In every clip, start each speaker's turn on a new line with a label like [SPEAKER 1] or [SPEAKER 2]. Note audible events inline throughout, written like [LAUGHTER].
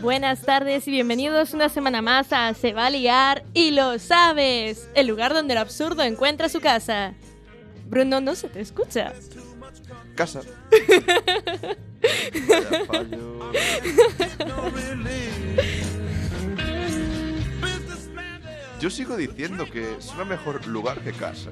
[SPEAKER 1] buenas tardes y bienvenidos una semana más a Se va a liar y lo sabes, el lugar donde el absurdo encuentra su casa. Bruno, no se te escucha.
[SPEAKER 2] Casa. Vaya fallo. Yo sigo diciendo que suena mejor lugar que casa.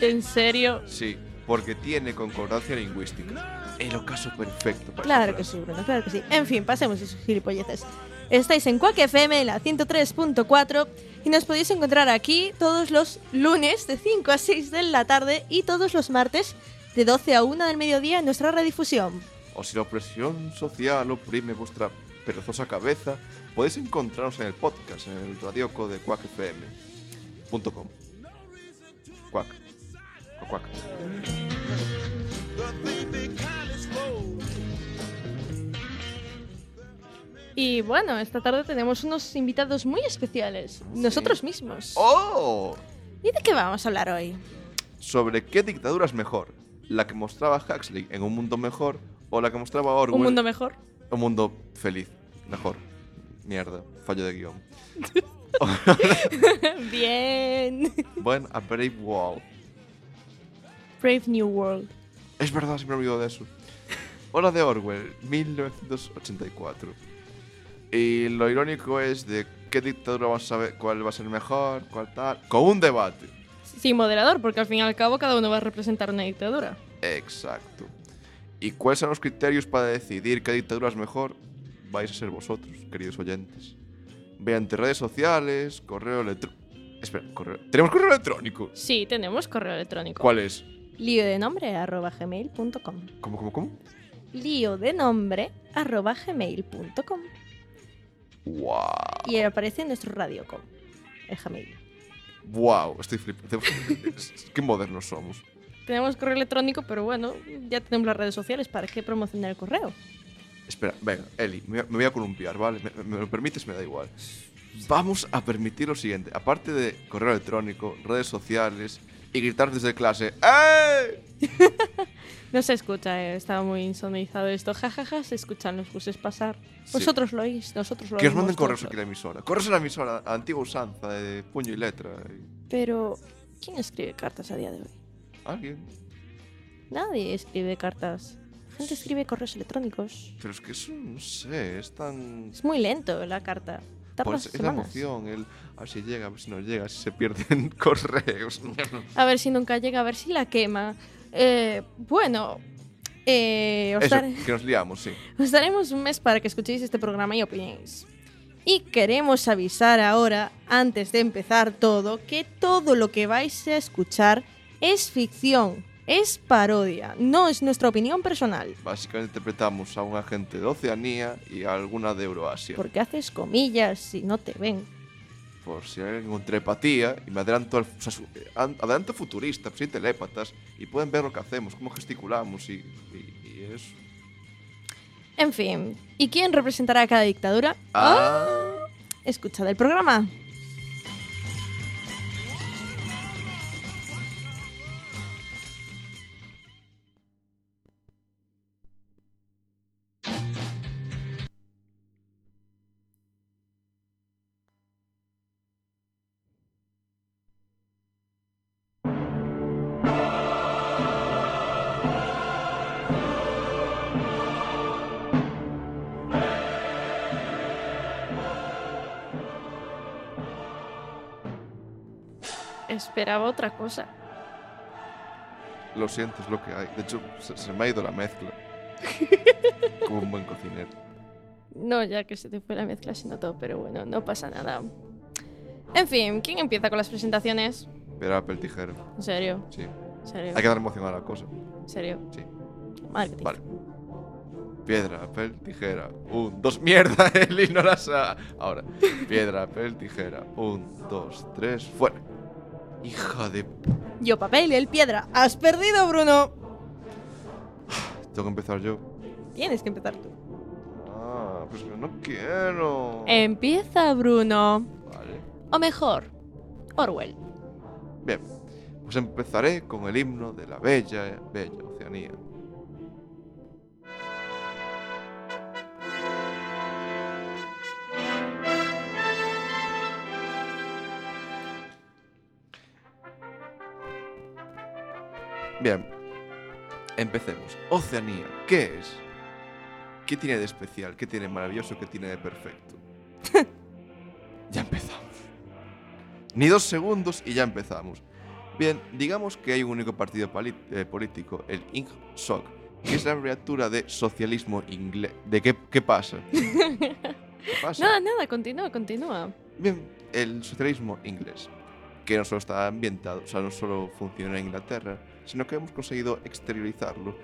[SPEAKER 1] ¿En serio?
[SPEAKER 2] Sí, porque tiene concordancia lingüística. El ocaso perfecto para
[SPEAKER 1] Claro
[SPEAKER 2] esa
[SPEAKER 1] que
[SPEAKER 2] frase.
[SPEAKER 1] sí, Bruno, claro que sí. En fin, pasemos de sus gilipolleces. Estáis en Quack FM en la 103.4 y nos podéis encontrar aquí todos los lunes de 5 a 6 de la tarde y todos los martes de 12 a 1 del mediodía en nuestra redifusión.
[SPEAKER 2] O si la opresión social oprime vuestra perezosa cabeza, podéis encontrarnos en el podcast, en el radioco de quackfm.com. Quack. O quack.
[SPEAKER 1] Y bueno, esta tarde tenemos unos invitados muy especiales, nosotros mismos.
[SPEAKER 2] ¡Oh!
[SPEAKER 1] ¿Y de qué vamos a hablar hoy?
[SPEAKER 2] Sobre qué dictadura es mejor, la que mostraba Huxley en Un Mundo Mejor o la que mostraba Orwell
[SPEAKER 1] ¿Un mundo mejor? [LAUGHS]
[SPEAKER 2] Un mundo feliz, mejor. Mierda, fallo
[SPEAKER 1] [LAUGHS]
[SPEAKER 2] de guión.
[SPEAKER 1] Bien.
[SPEAKER 2] Bueno, a Brave Wall.
[SPEAKER 1] Brave New World.
[SPEAKER 2] Es verdad, siempre me olvido de eso. Hora de Orwell, 1984. Y lo irónico es de qué dictadura vamos a saber cuál va a ser mejor, cuál tal. Con un debate.
[SPEAKER 1] Sin moderador, porque al fin y al cabo cada uno va a representar una dictadura.
[SPEAKER 2] Exacto. ¿Y cuáles son los criterios para decidir qué dictadura es mejor? Vais a ser vosotros, queridos oyentes. Mediante redes sociales, correo electrónico. Espera, correo. ¿Tenemos correo electrónico?
[SPEAKER 1] Sí, tenemos correo electrónico.
[SPEAKER 2] ¿Cuál es?
[SPEAKER 1] Lío de nombre arroba gmail.com.
[SPEAKER 2] ¿Cómo, cómo, cómo?
[SPEAKER 1] Lío de nombre arroba gmail.com.
[SPEAKER 2] ¡Wow!
[SPEAKER 1] Y aparece en nuestro radiocom. El Gmail.
[SPEAKER 2] ¡Wow! Estoy flipando. [LAUGHS] ¡Qué modernos somos!
[SPEAKER 1] Tenemos correo electrónico, pero bueno, ya tenemos las redes sociales. ¿Para qué promocionar el correo?
[SPEAKER 2] Espera, venga, Eli, me me voy a columpiar, ¿vale? Me, me lo permites, me da igual. Vamos a permitir lo siguiente. Aparte de correo electrónico, redes sociales y gritar desde clase ¡Eh!
[SPEAKER 1] No se escucha, eh, está muy insonorizado esto. Jajaja, se escuchan los buses pasar.
[SPEAKER 2] Sí.
[SPEAKER 1] Vosotros lo oís, nosotros lo
[SPEAKER 2] Que os
[SPEAKER 1] oímos
[SPEAKER 2] manden correos
[SPEAKER 1] todos.
[SPEAKER 2] aquí a la emisora. Correos a la emisora, a antigua usanza, de puño y letra. y-
[SPEAKER 1] Pero, ¿quién escribe cartas a día de hoy?
[SPEAKER 2] ¿Alguien?
[SPEAKER 1] Nadie escribe cartas. La gente escribe correos electrónicos.
[SPEAKER 2] Pero es que eso, no sé, es tan...
[SPEAKER 1] Es muy lento la carta.
[SPEAKER 2] Por
[SPEAKER 1] Tarda
[SPEAKER 2] Pues, es, es la
[SPEAKER 1] semanas.
[SPEAKER 2] emoción, el a ver si llega, a ver si no llega, si se pierden [LAUGHS] correos.
[SPEAKER 1] A ver si nunca llega, a ver si la quema. Eh, bueno, eh, os,
[SPEAKER 2] Eso,
[SPEAKER 1] dar-
[SPEAKER 2] que nos liamos, sí.
[SPEAKER 1] os daremos un mes para que escuchéis este programa y opinéis. Y queremos avisar ahora, antes de empezar todo, que todo lo que vais a escuchar es ficción, es parodia, no es nuestra opinión personal.
[SPEAKER 2] Básicamente interpretamos a un agente de Oceanía y a alguna de Euroasia.
[SPEAKER 1] Porque haces comillas si no te ven.
[SPEAKER 2] por si hay alguien con telepatía y me adelanto al o sea, su- eh, an- adelanto futurista, soy telépatas y pueden ver lo que hacemos, cómo gesticulamos y, y- y eso.
[SPEAKER 1] En fin, ¿y quién representará a cada dictadura?
[SPEAKER 2] Ah,
[SPEAKER 1] Escuchad el programa. Esperaba otra cosa.
[SPEAKER 2] lo siento, es lo que hay. De hecho, se, se me ha ido la mezcla. Como un buen cocinero.
[SPEAKER 1] No, ya que se te fue la mezcla, se notó, pero bueno, no pasa nada. En fin, ¿quién empieza con las presentaciones?
[SPEAKER 2] Pero papel tijera,
[SPEAKER 1] En serio,
[SPEAKER 2] sí.
[SPEAKER 1] en serio,
[SPEAKER 2] Hay que dar emoción a la cosa.
[SPEAKER 1] en serio.
[SPEAKER 2] Sí.
[SPEAKER 1] Marketing.
[SPEAKER 2] Vale. Piedra, papel, tijera. Un, dos. Mierda, [LAUGHS] Eli, no las ha- Ahora. Piedra, papel, tijera. Un, dos, tres, fuera. Hija de
[SPEAKER 1] Yo papel, él piedra. ¡Has perdido, Bruno!
[SPEAKER 2] Tengo que empezar yo.
[SPEAKER 1] Tienes que empezar tú.
[SPEAKER 2] Ah, pues yo no quiero.
[SPEAKER 1] Em. Empieza, Bruno.
[SPEAKER 2] Vale.
[SPEAKER 1] O mejor, Orwell.
[SPEAKER 2] Bien, pues empezaré con el himno de la bella, bella Oceanía. Bien, empecemos. Oceanía, ¿qué es? ¿Qué tiene de especial? ¿Qué tiene de maravilloso? ¿Qué tiene de perfecto? ya empezamos. Ni dos segundos y ya empezamos. Bien, digamos que hay un único partido pali- eh, político, el ING-SOC, que es la abreviatura de socialismo inglés. ¿De qué, qué pasa? ¿Qué pasa?
[SPEAKER 1] Nada, nada, continúa, continúa.
[SPEAKER 2] Bien, el socialismo inglés, que no solo está ambientado, o sea, no solo funciona en Inglaterra, sino que hemos conseguido exteriorizarlo,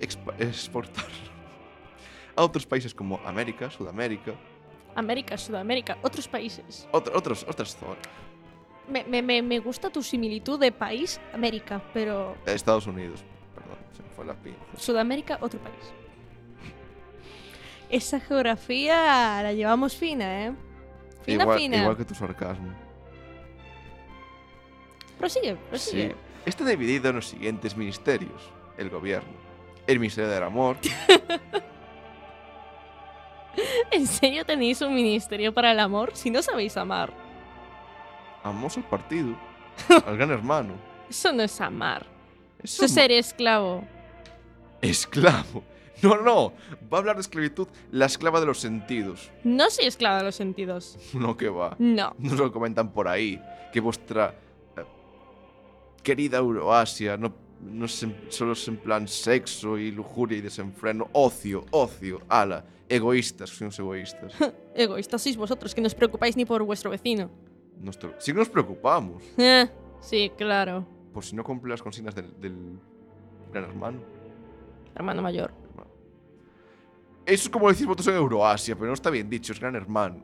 [SPEAKER 2] expa- exportarlo [LAUGHS] a otros países como América, Sudamérica,
[SPEAKER 1] América, Sudamérica, otros países.
[SPEAKER 2] otro- otros, otras zonas,
[SPEAKER 1] Me, me- me- me gusta tu similitud de país, América, pero
[SPEAKER 2] eh, Estados Unidos, perdón, se me fue la pinza.
[SPEAKER 1] Sudamérica, otro país. [LAUGHS] Esa geografía la llevamos fina, ¿eh? Fina,
[SPEAKER 2] Igual,
[SPEAKER 1] fina.
[SPEAKER 2] igual que tu sarcasmo.
[SPEAKER 1] Prosigue,
[SPEAKER 2] Sí.
[SPEAKER 1] prosigue.
[SPEAKER 2] Está dividido en los siguientes ministerios. El gobierno, el Ministerio
[SPEAKER 1] [LAUGHS]
[SPEAKER 2] del Amor,
[SPEAKER 1] [LAUGHS] ¿En serio tenéis un ministerio para el amor si no sabéis amar?
[SPEAKER 2] amamos al
[SPEAKER 1] [LAUGHS]
[SPEAKER 2] partido, al gran hermano.
[SPEAKER 1] Eso no es amar.
[SPEAKER 2] Eso
[SPEAKER 1] Eso es ser esclavo.
[SPEAKER 2] Esclavo. [LAUGHS] No, no. Va a hablar de esclavitud la esclava de los sentidos. [LAUGHS]
[SPEAKER 1] No soy esclava de los sentidos.
[SPEAKER 2] No que va.
[SPEAKER 1] No.
[SPEAKER 2] Nos lo comentan por ahí. Que vuestra eh, querida Euroasia no, no es en- solo es en plan sexo y lujuria y desenfreno. Ocio, ocio, ala. Egoístas, somos egoístas.
[SPEAKER 1] Egoístas sois vosotros que no os preocupáis ni por vuestro vecino. [LAUGHS]
[SPEAKER 2] Nuestro- Si nos preocupamos
[SPEAKER 1] Eh, sí, claro.
[SPEAKER 2] por si no cumple las consignas del, del gran hermano.
[SPEAKER 1] Hermano mayor.
[SPEAKER 2] Eso es como decir votos en Euroasia, pero no está bien dicho, es gran hermano.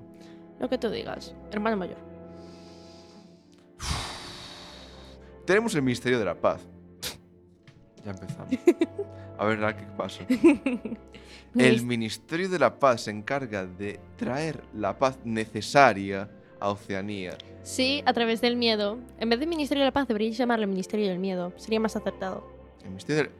[SPEAKER 1] Lo que tú digas. Hermano mayor.
[SPEAKER 2] Tenemos el Ministerio de la Paz. [LAUGHS] Ya empezamos. A ver a qué pasa.
[SPEAKER 1] [LAUGHS] Pues-
[SPEAKER 2] El Ministerio de la Paz se encarga de traer la paz necesaria a Oceanía.
[SPEAKER 1] Sí, a través del miedo. En vez de Ministerio de la Paz deberíais llamarlo Ministerio del Miedo. Sería más acertado.
[SPEAKER 2] El Ministerio del-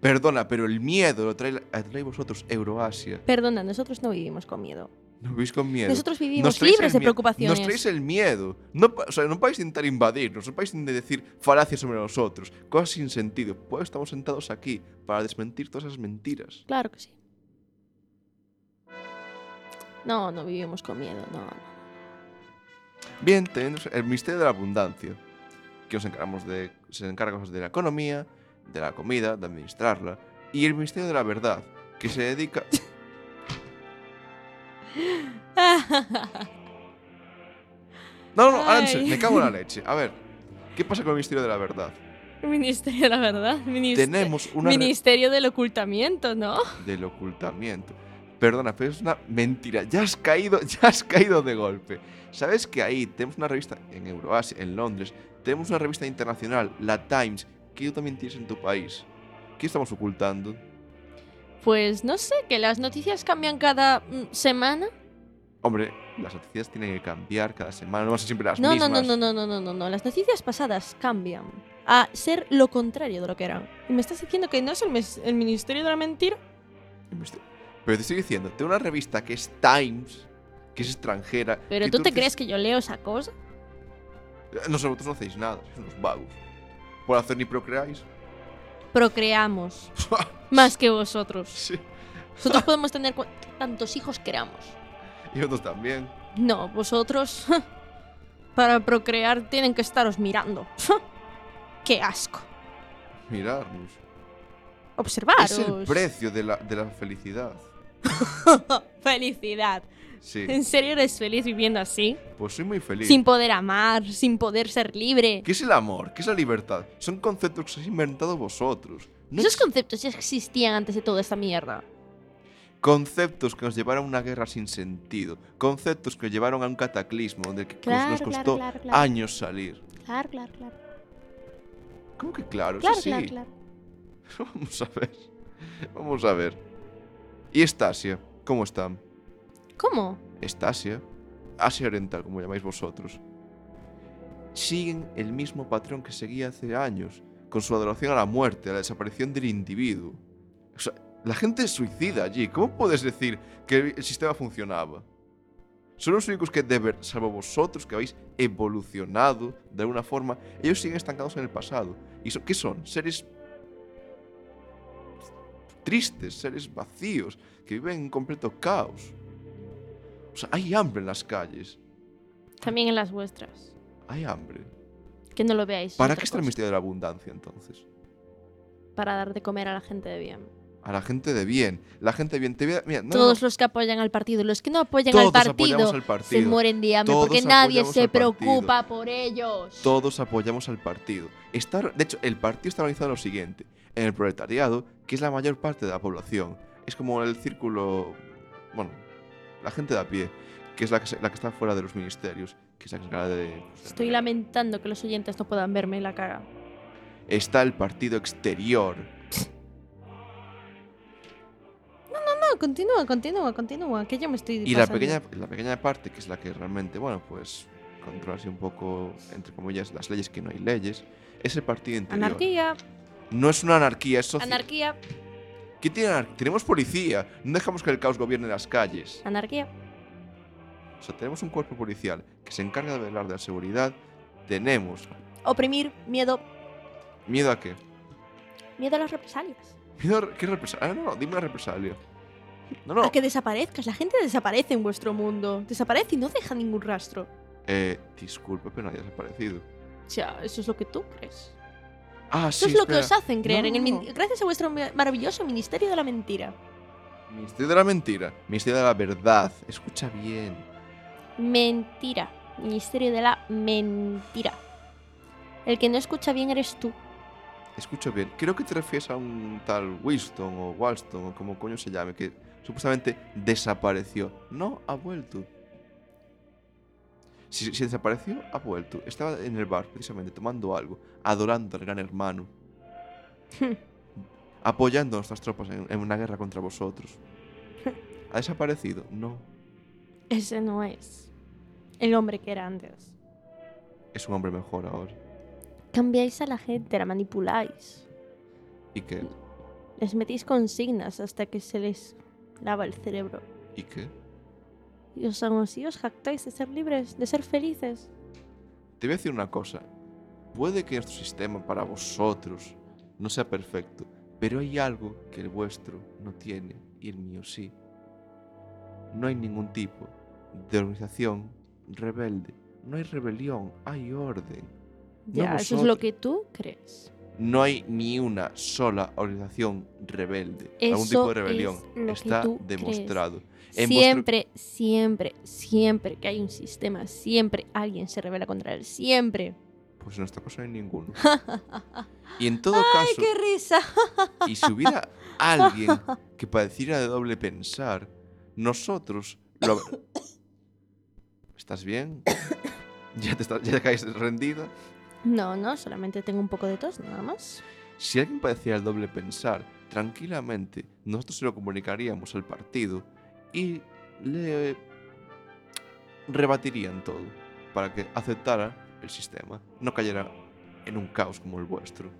[SPEAKER 2] Perdona, pero el miedo lo trae, la- trae vosotros, Euroasia.
[SPEAKER 1] Perdona, nosotros no vivimos con miedo.
[SPEAKER 2] ¿No vivís con miedo?
[SPEAKER 1] Nosotros vivimos
[SPEAKER 2] traéis
[SPEAKER 1] libres
[SPEAKER 2] el
[SPEAKER 1] de
[SPEAKER 2] mie-
[SPEAKER 1] preocupaciones.
[SPEAKER 2] Nos traéis el miedo. No, pa- o sea, no vais a intentar invadirnos, no vais a intentar decir falacias sobre nosotros, cosas sin sentido. Pues estamos sentados aquí para desmentir todas esas mentiras.
[SPEAKER 1] Claro que sí. No, no vivimos con miedo, no. [LAUGHS] no.
[SPEAKER 2] Bien, tenemos el Ministerio de la Abundancia, que nos encargamos de, se encarga cosas de la economía, de la comida, de administrarla, y el Ministerio de la Verdad, que se dedica... No, no,
[SPEAKER 1] Ay.
[SPEAKER 2] Ansel, me cago en la leche. A ver, ¿qué pasa con el Ministerio de la Verdad?
[SPEAKER 1] Ministerio de la verdad. Minister-
[SPEAKER 2] Tenemos una... re-
[SPEAKER 1] Ministerio del ocultamiento, ¿no?
[SPEAKER 2] del ocultamiento. Perdona, pero es una mentira. Ya has caído, [LAUGHS] ya has caído de golpe. ¿Sabes que ahí tenemos una revista en Euroasia, en Londres, tenemos una revista internacional, la Times, que tú también tienes en tu país? ¿Qué estamos ocultando?
[SPEAKER 1] Pues no sé, que las noticias cambian cada mm, semana.
[SPEAKER 2] Hombre, las noticias tienen que cambiar cada semana, no van a ser siempre las
[SPEAKER 1] No, no,
[SPEAKER 2] mismas.
[SPEAKER 1] no, no, no, no, no, no, no. Las noticias pasadas cambian a ser lo contrario de lo que eran. ¿Y me estás diciendo que no es el, mes- el Ministerio de la Mentira?
[SPEAKER 2] Y me estoy- Pero te estoy diciendo, tengo una revista que es Times, que es extranjera.
[SPEAKER 1] ¿Pero
[SPEAKER 2] que
[SPEAKER 1] tú te
[SPEAKER 2] dices-
[SPEAKER 1] crees que yo leo esa cosa?
[SPEAKER 2] Eh, Nosotros no hacéis nada, sois unos vagos. Por hacer ni procreáis. [LAUGHS]
[SPEAKER 1] Procreamos más que
[SPEAKER 2] [LAUGHS]
[SPEAKER 1] vosotros.
[SPEAKER 2] sí.
[SPEAKER 1] Nosotros podemos tener cu- tantos hijos queramos.
[SPEAKER 2] Y otros también.
[SPEAKER 1] No, vosotros [LAUGHS] para procrear tienen que estaros mirando. [LAUGHS] ¡Qué asco!
[SPEAKER 2] Mirarnos.
[SPEAKER 1] Observaros.
[SPEAKER 2] Es el precio de la, de la felicidad.
[SPEAKER 1] [LAUGHS] Felicidad.
[SPEAKER 2] Sí,
[SPEAKER 1] ¿En serio eres feliz viviendo así?
[SPEAKER 2] pues soy muy feliz.
[SPEAKER 1] Sin poder amar, sin poder ser libre.
[SPEAKER 2] ¿Qué es el amor? ¿Qué es la libertad? Son conceptos que os habéis inventado vosotros. No
[SPEAKER 1] Esos
[SPEAKER 2] ex-
[SPEAKER 1] conceptos ya existían antes de toda esta mierda.
[SPEAKER 2] conceptos que nos llevaron a una guerra sin sentido. Conceptos que nos llevaron a un cataclismo del que nos- nos costó
[SPEAKER 1] claro,
[SPEAKER 2] años salir.
[SPEAKER 1] claro, claro, claro,
[SPEAKER 2] ¿Cómo que claro?
[SPEAKER 1] claro,
[SPEAKER 2] sí,
[SPEAKER 1] claro,
[SPEAKER 2] sí.
[SPEAKER 1] claro.
[SPEAKER 2] [LAUGHS] Vamos a ver. Vamos a ver. ¿Y Estasia? ¿Cómo están?
[SPEAKER 1] ¿Cómo?
[SPEAKER 2] Estasia, Asia Oriental, como llamáis vosotros, siguen el mismo patrón que seguía hace años, con su adoración a la muerte, a la desaparición del individuo. O sea, la gente se suicida allí. ¿Cómo puedes decir que el sistema funcionaba? Son los únicos que, de ver- salvo vosotros, que habéis evolucionado de alguna forma, ellos siguen estancados en el pasado. ¿Y so- qué son? Seres tristes, seres vacíos, que viven en completo caos. O sea, hay hambre en las calles.
[SPEAKER 1] También en las vuestras.
[SPEAKER 2] Hay hambre.
[SPEAKER 1] Que no lo veáis. es
[SPEAKER 2] ¿Para
[SPEAKER 1] otra
[SPEAKER 2] qué está el
[SPEAKER 1] cosa.
[SPEAKER 2] misterio de la abundancia entonces?
[SPEAKER 1] Para dar de comer a la gente de bien.
[SPEAKER 2] A la gente de bien. La gente de bien te voy a- Mira, no,
[SPEAKER 1] Todos
[SPEAKER 2] no,
[SPEAKER 1] los que apoyan al partido, los que no apoyan
[SPEAKER 2] todos
[SPEAKER 1] al, partido,
[SPEAKER 2] apoyamos al
[SPEAKER 1] se
[SPEAKER 2] partido.
[SPEAKER 1] mueren de hambre
[SPEAKER 2] Todos
[SPEAKER 1] porque nadie
[SPEAKER 2] apoyamos
[SPEAKER 1] se
[SPEAKER 2] al partido.
[SPEAKER 1] preocupa por ellos.
[SPEAKER 2] Todos apoyamos al partido. Está, de hecho, el partido está organizado en lo siguiente. En el proletariado, que es la mayor parte de la población. Es como el círculo... Bueno, la gente de a pie, que es la que, se- la que está fuera de los ministerios, que es la que se encarga de...
[SPEAKER 1] Estoy lamentando que los oyentes no puedan verme la cara.
[SPEAKER 2] Está el partido exterior.
[SPEAKER 1] No, continúa, continúa, continúa, que yo me estoy
[SPEAKER 2] Y la
[SPEAKER 1] pasando.
[SPEAKER 2] pequeña, la pequeña parte, que es la que realmente, bueno, pues controla así un poco, entre comillas, las leyes, que no hay leyes, es el partido interior.
[SPEAKER 1] Anarquía,
[SPEAKER 2] No es una anarquía, es social.
[SPEAKER 1] anarquía,
[SPEAKER 2] ¿Qué tiene anar- Tenemos policía. No dejamos que el caos gobierne las calles.
[SPEAKER 1] anarquía.
[SPEAKER 2] O sea, tenemos un cuerpo policial que se encarga de velar de la seguridad. Tenemos
[SPEAKER 1] Oprimir, miedo,
[SPEAKER 2] miedo a qué?
[SPEAKER 1] miedo a las represalias.
[SPEAKER 2] Miedo a re- qué represalia. Ah, no, no, dime una represalia. No, no.
[SPEAKER 1] A que desaparezcas, la gente desaparece en vuestro mundo. Desaparece y no deja ningún rastro.
[SPEAKER 2] Eh, disculpe, pero nadie ha desaparecido.
[SPEAKER 1] O sea, eso es lo que tú crees.
[SPEAKER 2] Ah,
[SPEAKER 1] Eso
[SPEAKER 2] sí,
[SPEAKER 1] es lo que
[SPEAKER 2] espera.
[SPEAKER 1] os hacen creer en el
[SPEAKER 2] No, no,
[SPEAKER 1] min- gracias a vuestro mi- maravilloso Ministerio de la Mentira.
[SPEAKER 2] Ministerio de la mentira, Ministerio de la verdad. Escucha bien.
[SPEAKER 1] Mentira. Ministerio de la Mentira. El que no escucha bien eres tú.
[SPEAKER 2] Escucho bien. Creo que te refieres a un tal Winston o Walston o como coño se llame, que supuestamente desapareció. No, ha vuelto. Si, si desapareció, ha vuelto. Estaba en el bar, precisamente, tomando algo, adorando al gran hermano, apoyando a nuestras tropas en, en una guerra contra vosotros. ¿Ha desaparecido? No.
[SPEAKER 1] Ese no es el hombre que era antes.
[SPEAKER 2] Es un hombre mejor ahora.
[SPEAKER 1] Cambiáis a la gente, la manipuláis.
[SPEAKER 2] ¿Y qué?
[SPEAKER 1] Les metís consignas hasta que se les lava el cerebro.
[SPEAKER 2] ¿Y qué?
[SPEAKER 1] Y os aún así os jactáis de ser libres, de ser felices.
[SPEAKER 2] Te voy a decir una cosa. Puede que nuestro sistema para vosotros no sea perfecto, pero hay algo que el vuestro no tiene y el mío sí. No hay ningún tipo de organización rebelde. No hay rebelión, hay orden. No
[SPEAKER 1] Ya, eso es lo
[SPEAKER 2] vosotros.
[SPEAKER 1] que tú crees.
[SPEAKER 2] No hay ni una sola organización rebelde. Algún
[SPEAKER 1] Eso
[SPEAKER 2] tipo de rebelión
[SPEAKER 1] es lo que
[SPEAKER 2] está
[SPEAKER 1] tú crees.
[SPEAKER 2] demostrado. En vuestro-
[SPEAKER 1] Siempre, siempre, siempre que hay un sistema, siempre alguien se revela contra él. Siempre.
[SPEAKER 2] Pues en nuestro caso no hay ninguno.
[SPEAKER 1] [LAUGHS]
[SPEAKER 2] y en todo caso...
[SPEAKER 1] ¡Ay, qué risa!
[SPEAKER 2] Y si hubiera alguien que padeciera de doble pensar, nosotros lo hab- ¿Estás bien? ¿Ya te, estás- ya te caes rendida?
[SPEAKER 1] No, no, solamente tengo un poco de tos, nada más.
[SPEAKER 2] Si alguien padeciera el doble pensar, tranquilamente nosotros se lo comunicaríamos al partido y le rebatirían todo para que aceptara el sistema, no cayera en un caos como el vuestro.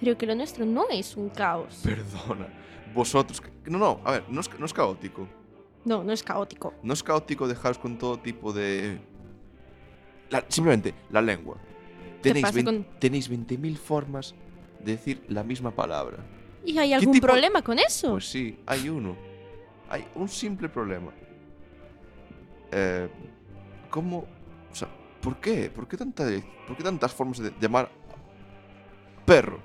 [SPEAKER 1] Pero que lo nuestro no es un caos.
[SPEAKER 2] Perdona, vosotros... No, no, a ver, no es- no es caótico.
[SPEAKER 1] No, no es caótico.
[SPEAKER 2] No es caótico dejaros con todo tipo de... la- simplemente, la lengua. Tenéis
[SPEAKER 1] pasa
[SPEAKER 2] 20
[SPEAKER 1] con-
[SPEAKER 2] tenéis 20.000 formas de decir la misma palabra.
[SPEAKER 1] ¿Y hay algún
[SPEAKER 2] tipo-
[SPEAKER 1] problema con eso?
[SPEAKER 2] Pues sí, hay uno. Hay un simple problema. Eh, ¿Cómo...? O sea, ¿por qué? ¿Por qué, tanta, ¿Por qué tantas formas de llamar perro?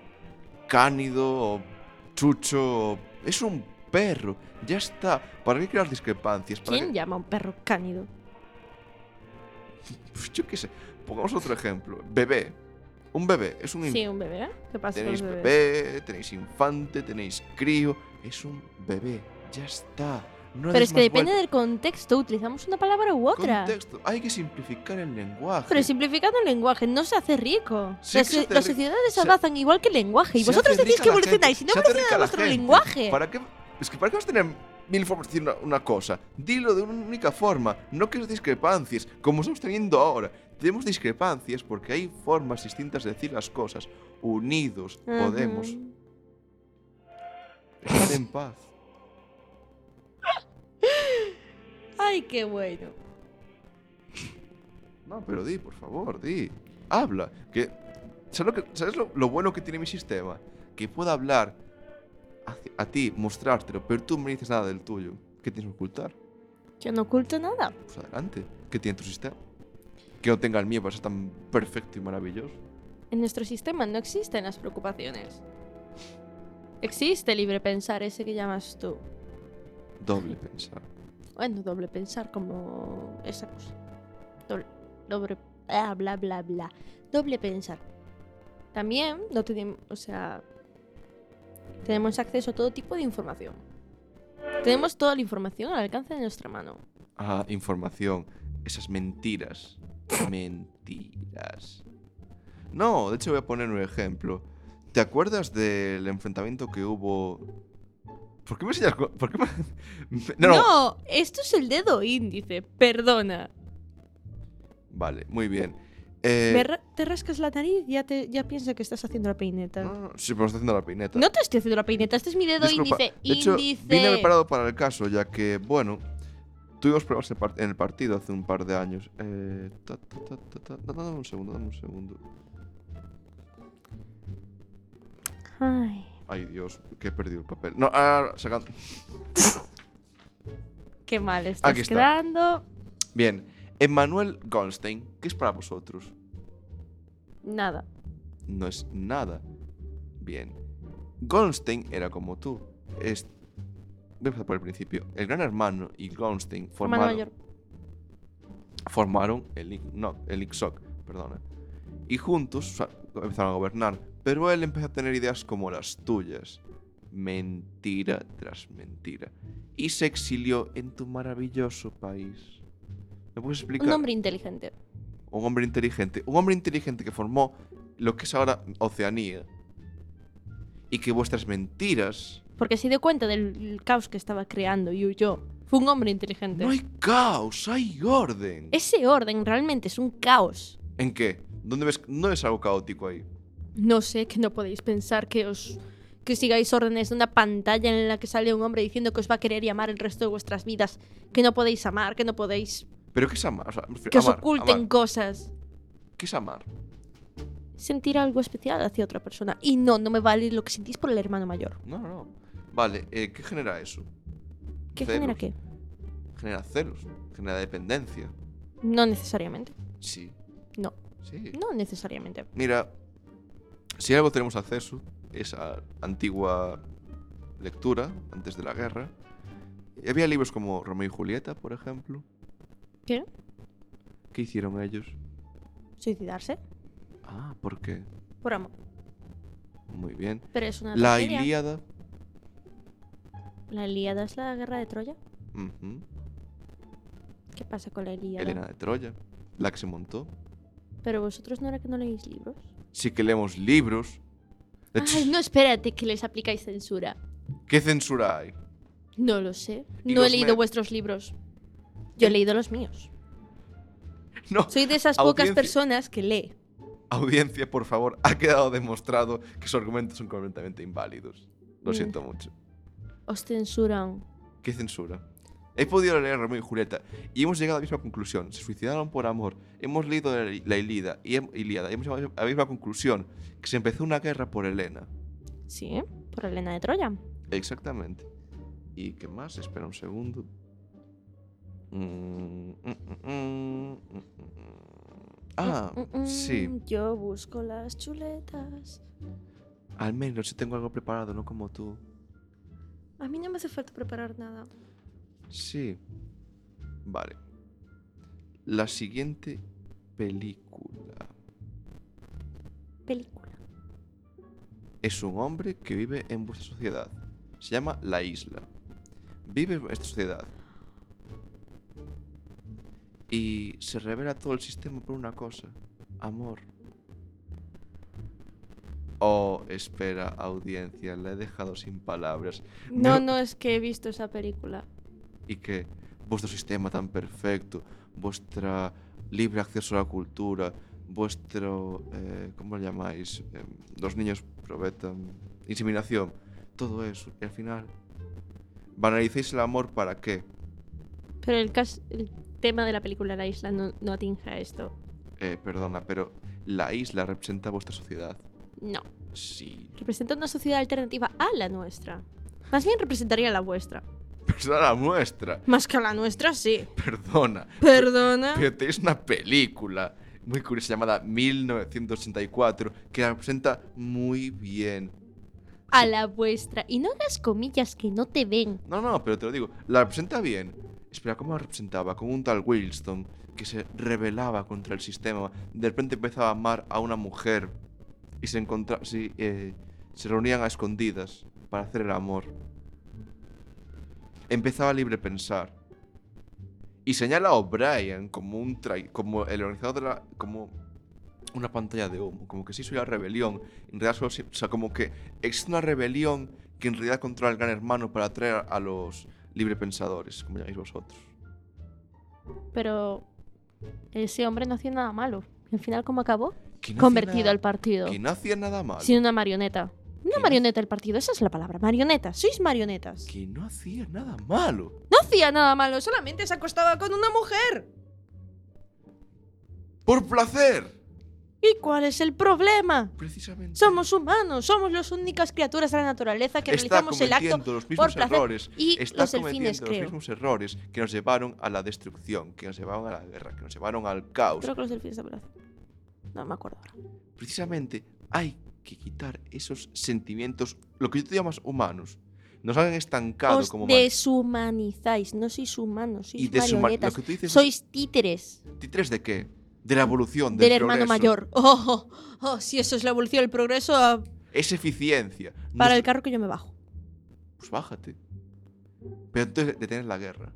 [SPEAKER 2] Cánido o chucho o- Es un perro. Ya está. ¿Para qué crear discrepancias? ¿Para qué-
[SPEAKER 1] ¿Quién llama a un perro cánido?
[SPEAKER 2] Pues yo qué sé. Pongamos otro ejemplo. Bebé. Un bebé. Es un
[SPEAKER 1] Sí,
[SPEAKER 2] infante.
[SPEAKER 1] un bebé. ¿eh? ¿Qué pasa con
[SPEAKER 2] Tenéis
[SPEAKER 1] los bebés?
[SPEAKER 2] bebé, tenéis infante, tenéis crío. Es un bebé. Ya está. No
[SPEAKER 1] Pero es que depende del contexto, utilizamos una palabra u otra.
[SPEAKER 2] contexto. Hay que simplificar el lenguaje.
[SPEAKER 1] Pero simplificando el lenguaje, no se hace rico.
[SPEAKER 2] Sí
[SPEAKER 1] las,
[SPEAKER 2] que se hace
[SPEAKER 1] las
[SPEAKER 2] rico.
[SPEAKER 1] sociedades
[SPEAKER 2] Se-
[SPEAKER 1] avanzan igual que el lenguaje. Y
[SPEAKER 2] Se
[SPEAKER 1] vosotros
[SPEAKER 2] hace
[SPEAKER 1] decís
[SPEAKER 2] rica
[SPEAKER 1] que
[SPEAKER 2] la gente,
[SPEAKER 1] evolucionáis y no
[SPEAKER 2] se hace rica
[SPEAKER 1] evoluciona
[SPEAKER 2] la
[SPEAKER 1] vuestro
[SPEAKER 2] gente.
[SPEAKER 1] lenguaje.
[SPEAKER 2] ¿Para qué? Es que ¿para qué vas a tener mil formas de decir una, una cosa? Dilo de una única forma. No que discrepancias, como estamos teniendo ahora. Tenemos discrepancias porque hay formas distintas de decir las cosas. Unidos
[SPEAKER 1] Ajá.
[SPEAKER 2] podemos estar en paz.
[SPEAKER 1] Ay, qué bueno.
[SPEAKER 2] No, pero di, por favor, di. Habla. Que, ¿Sabes, lo, que- sabes lo- lo bueno que tiene mi sistema? Que pueda hablar hacia- a ti mostrártelo, pero tú no me dices nada del tuyo. ¿Qué tienes que ocultar?
[SPEAKER 1] Yo no oculto nada.
[SPEAKER 2] Pues adelante. ¿Qué tiene tu sistema? Que no tenga el mío para ser tan perfecto y maravilloso.
[SPEAKER 1] En nuestro sistema no existen las preocupaciones. Existe libre pensar, ese que llamas tú.
[SPEAKER 2] Doble pensar.
[SPEAKER 1] Bueno, doble pensar como esa cosa. Doble, doble- bla, bla, bla, bla. Doble pensar. También no tenemos, o sea, tenemos acceso a todo tipo de información. Tenemos toda la información al alcance de nuestra mano.
[SPEAKER 2] Ah, información. Esas mentiras. mentiras. No, de hecho voy a poner un ejemplo. ¿Te acuerdas del enfrentamiento que hubo? ¿Por qué me enseñas? co- ¿Por qué me... [LAUGHS] No, no.
[SPEAKER 1] esto es el dedo índice, perdona.
[SPEAKER 2] Vale, muy bien. Eh,
[SPEAKER 1] Me ra- te rascas la nariz y ya, te, ya piensa que estás haciendo la peineta.
[SPEAKER 2] no, no, sí, pero está haciendo la peineta.
[SPEAKER 1] No te estoy haciendo la peineta, este es mi dedo
[SPEAKER 2] Disculpa.
[SPEAKER 1] índice.
[SPEAKER 2] De hecho,
[SPEAKER 1] índice.
[SPEAKER 2] vine preparado para el caso, ya que, bueno, tuvimos pruebas en par- en el partido hace un par de años. Eh, ta, ta, ta, ta, ta. Da- Dame un segundo, dame un segundo.
[SPEAKER 1] Ay,
[SPEAKER 2] Ay, Dios, que he perdido el papel. No, ah, sacando.
[SPEAKER 1] qué mal estás
[SPEAKER 2] Aquí está.
[SPEAKER 1] quedando.
[SPEAKER 2] Bien. Emmanuel Goldstein, ¿qué es para vosotros?
[SPEAKER 1] Nada.
[SPEAKER 2] No es nada. Bien. Goldstein era como tú. Es... Voy a empezar por el principio. El gran hermano y Goldstein
[SPEAKER 1] Hermano
[SPEAKER 2] formaron...
[SPEAKER 1] mayor.
[SPEAKER 2] formaron el, Ic- no, el ICSOC, perdona. Y juntos o sea, empezaron a gobernar, pero él empezó a tener ideas como las tuyas. Mentira tras mentira. Y se exilió en tu maravilloso país. ¿Me puedes explicar?
[SPEAKER 1] Un hombre inteligente.
[SPEAKER 2] Un hombre inteligente. Un hombre inteligente que formó lo que es ahora Oceanía. Y que vuestras mentiras...
[SPEAKER 1] Porque se dio cuenta del caos que estaba creando y huyó. Fue un hombre inteligente.
[SPEAKER 2] No hay caos, hay orden.
[SPEAKER 1] Ese orden realmente es un caos.
[SPEAKER 2] ¿En qué? ¿Dónde ves? No es algo caótico ahí.
[SPEAKER 1] No sé que no podéis pensar que os. que sigáis órdenes de una pantalla en la que sale un hombre diciendo que os va a querer y amar el resto de vuestras vidas. Que no podéis amar, que no podéis.
[SPEAKER 2] ¿Pero qué es amar? O sea, me refiero-
[SPEAKER 1] que os
[SPEAKER 2] amar,
[SPEAKER 1] oculten
[SPEAKER 2] amar.
[SPEAKER 1] cosas.
[SPEAKER 2] ¿Qué es amar?
[SPEAKER 1] Sentir algo especial hacia otra persona. Y no, no me vale lo que sentís por el hermano mayor.
[SPEAKER 2] No, no. Vale, eh, ¿qué genera eso?
[SPEAKER 1] ¿Qué
[SPEAKER 2] Celos.
[SPEAKER 1] genera qué?
[SPEAKER 2] Genera celos, genera dependencia.
[SPEAKER 1] No necesariamente.
[SPEAKER 2] Sí.
[SPEAKER 1] No.
[SPEAKER 2] Sí.
[SPEAKER 1] No necesariamente.
[SPEAKER 2] Mira, si algo tenemos acceso es a antigua lectura, antes de la guerra. Y Había libros como Romeo y Julieta, por ejemplo.
[SPEAKER 1] ¿Qué?
[SPEAKER 2] ¿Qué hicieron ellos?
[SPEAKER 1] Suicidarse.
[SPEAKER 2] Ah, ¿por qué?
[SPEAKER 1] Por amor.
[SPEAKER 2] Muy bien.
[SPEAKER 1] Pero es una
[SPEAKER 2] La
[SPEAKER 1] tragedia.
[SPEAKER 2] Ilíada.
[SPEAKER 1] ¿La Ilíada es la guerra de Troya?
[SPEAKER 2] ujú,
[SPEAKER 1] ¿Qué pasa con la Ilíada?
[SPEAKER 2] Helena de Troya. La que se montó.
[SPEAKER 1] Pero vosotros no era que no leéis libros.
[SPEAKER 2] Sí que leemos libros. De hecho,
[SPEAKER 1] Ay, no, espérate, que les aplicáis censura.
[SPEAKER 2] ¿Qué censura hay?
[SPEAKER 1] No lo sé.
[SPEAKER 2] Y
[SPEAKER 1] No he
[SPEAKER 2] los
[SPEAKER 1] leído
[SPEAKER 2] me-
[SPEAKER 1] vuestros libros. Yo he leído los míos.
[SPEAKER 2] No,
[SPEAKER 1] Soy de esas pocas
[SPEAKER 2] Audiencia.
[SPEAKER 1] personas que lee.
[SPEAKER 2] Audiencia, por favor, ha quedado demostrado que sus argumentos son completamente inválidos. Lo
[SPEAKER 1] Mm.
[SPEAKER 2] siento mucho.
[SPEAKER 1] Os censuran.
[SPEAKER 2] Qué censura. He podido leer Romeo y Julieta y hemos llegado a la misma conclusión. Se suicidaron por amor. Hemos leído la, la Ilíada y hem- Ilíada y hemos llegado a la misma conclusión. Que se empezó una guerra por Helena.
[SPEAKER 1] Sí, por Elena de Troya.
[SPEAKER 2] Exactamente. ¿Y qué más? Espera un segundo. Mm, mm, mm, mm, mm, mm. Ah,
[SPEAKER 1] Mm, mm,
[SPEAKER 2] sí.
[SPEAKER 1] mm, Yo busco las chuletas.
[SPEAKER 2] Al menos yo tengo algo preparado, no como tú.
[SPEAKER 1] A mí no me hace falta preparar nada.
[SPEAKER 2] Sí. Vale. La siguiente película
[SPEAKER 1] Película.
[SPEAKER 2] es un hombre que vive en vuestra sociedad. Se llama La Isla. Vive en vuestra sociedad. Y se revela todo el sistema por una cosa. Amor. Oh, espera, audiencia, la he dejado sin palabras.
[SPEAKER 1] No,
[SPEAKER 2] No.
[SPEAKER 1] no es que he visto esa película.
[SPEAKER 2] y que vuestro sistema tan perfecto, vuestra libre acceso a la cultura, vuestro, eh, ¿cómo lo llamáis? Em, los niños probetan, inseminación, todo eso. Y al final, banalizáis el amor para qué?
[SPEAKER 1] Pero el, cas- el tema de la película La Isla no, no atinge a esto.
[SPEAKER 2] Eh, perdona, pero la isla representa vuestra sociedad.
[SPEAKER 1] No.
[SPEAKER 2] Sí.
[SPEAKER 1] Representa una sociedad alternativa a la nuestra. Más bien representaría la vuestra.
[SPEAKER 2] Pero será la muestra.
[SPEAKER 1] Más que la nuestra, sí.
[SPEAKER 2] Perdona.
[SPEAKER 1] Perdona.
[SPEAKER 2] Pero tenéis una película muy curiosa llamada 1984 que la presenta muy bien.
[SPEAKER 1] A la vuestra. Y no hagas comillas que no te ven.
[SPEAKER 2] No, no, pero te lo digo, la representa bien. Espera, ¿cómo la representaba? Con un tal Wilson que se rebelaba contra el sistema. De repente empezaba a amar a una mujer y se, encontra sí, eh, se reunían a escondidas para hacer el amor. Empezaba a libre pensar. Y señala a O'Brien como un trai- como el organizador de la. como una pantalla de humo. Como que sí soy la rebelión. En realidad solo se- o sea, como que es una rebelión que en realidad controla el gran hermano para atraer a los librepensadores, como llamáis vosotros.
[SPEAKER 1] Pero ese hombre no hacía nada malo. Al final, ¿cómo acabó?
[SPEAKER 2] Que no
[SPEAKER 1] Convertido
[SPEAKER 2] hacía
[SPEAKER 1] al partido.
[SPEAKER 2] nada- Que no hacía nada mal.
[SPEAKER 1] Sin una marioneta. Una
[SPEAKER 2] ¿Qué?
[SPEAKER 1] marioneta del partido, esa es la palabra. Marionetas, sois marionetas.
[SPEAKER 2] Que no hacía nada malo.
[SPEAKER 1] No hacía nada malo, solamente se acostaba con una mujer.
[SPEAKER 2] ¡Por placer!
[SPEAKER 1] ¿Y cuál es el problema?
[SPEAKER 2] Precisamente.
[SPEAKER 1] Somos humanos, somos las únicas criaturas de la naturaleza que
[SPEAKER 2] está
[SPEAKER 1] realizamos el acto.
[SPEAKER 2] cometiendo los mismos
[SPEAKER 1] por placer
[SPEAKER 2] errores.
[SPEAKER 1] y
[SPEAKER 2] está
[SPEAKER 1] los
[SPEAKER 2] cometiendo
[SPEAKER 1] delfines,
[SPEAKER 2] los
[SPEAKER 1] creo.
[SPEAKER 2] mismos errores que nos llevaron a la destrucción, que nos llevaron a la guerra, que nos llevaron al caos.
[SPEAKER 1] Creo que los delfines también lo hacen. No me acuerdo ahora.
[SPEAKER 2] precisamente hay que quitar esos sentimientos, lo que yo te llamas humanos. Nos han estancado
[SPEAKER 1] Os
[SPEAKER 2] como humanos.
[SPEAKER 1] deshumanizáis, no sois humanos, sois
[SPEAKER 2] Y deshuma-
[SPEAKER 1] marionetas.
[SPEAKER 2] Lo que tú dices es,
[SPEAKER 1] Sois títeres
[SPEAKER 2] ¿títeres de qué? De la evolución, del,
[SPEAKER 1] del hermano
[SPEAKER 2] progreso. [LAUGHS]
[SPEAKER 1] mayor. Oh, oh, oh, si eso es la evolución del progreso, ah,
[SPEAKER 2] Es eficiencia. No
[SPEAKER 1] para
[SPEAKER 2] es-
[SPEAKER 1] el carro que yo me bajo.
[SPEAKER 2] Pues bájate. Pero entonces detener la guerra,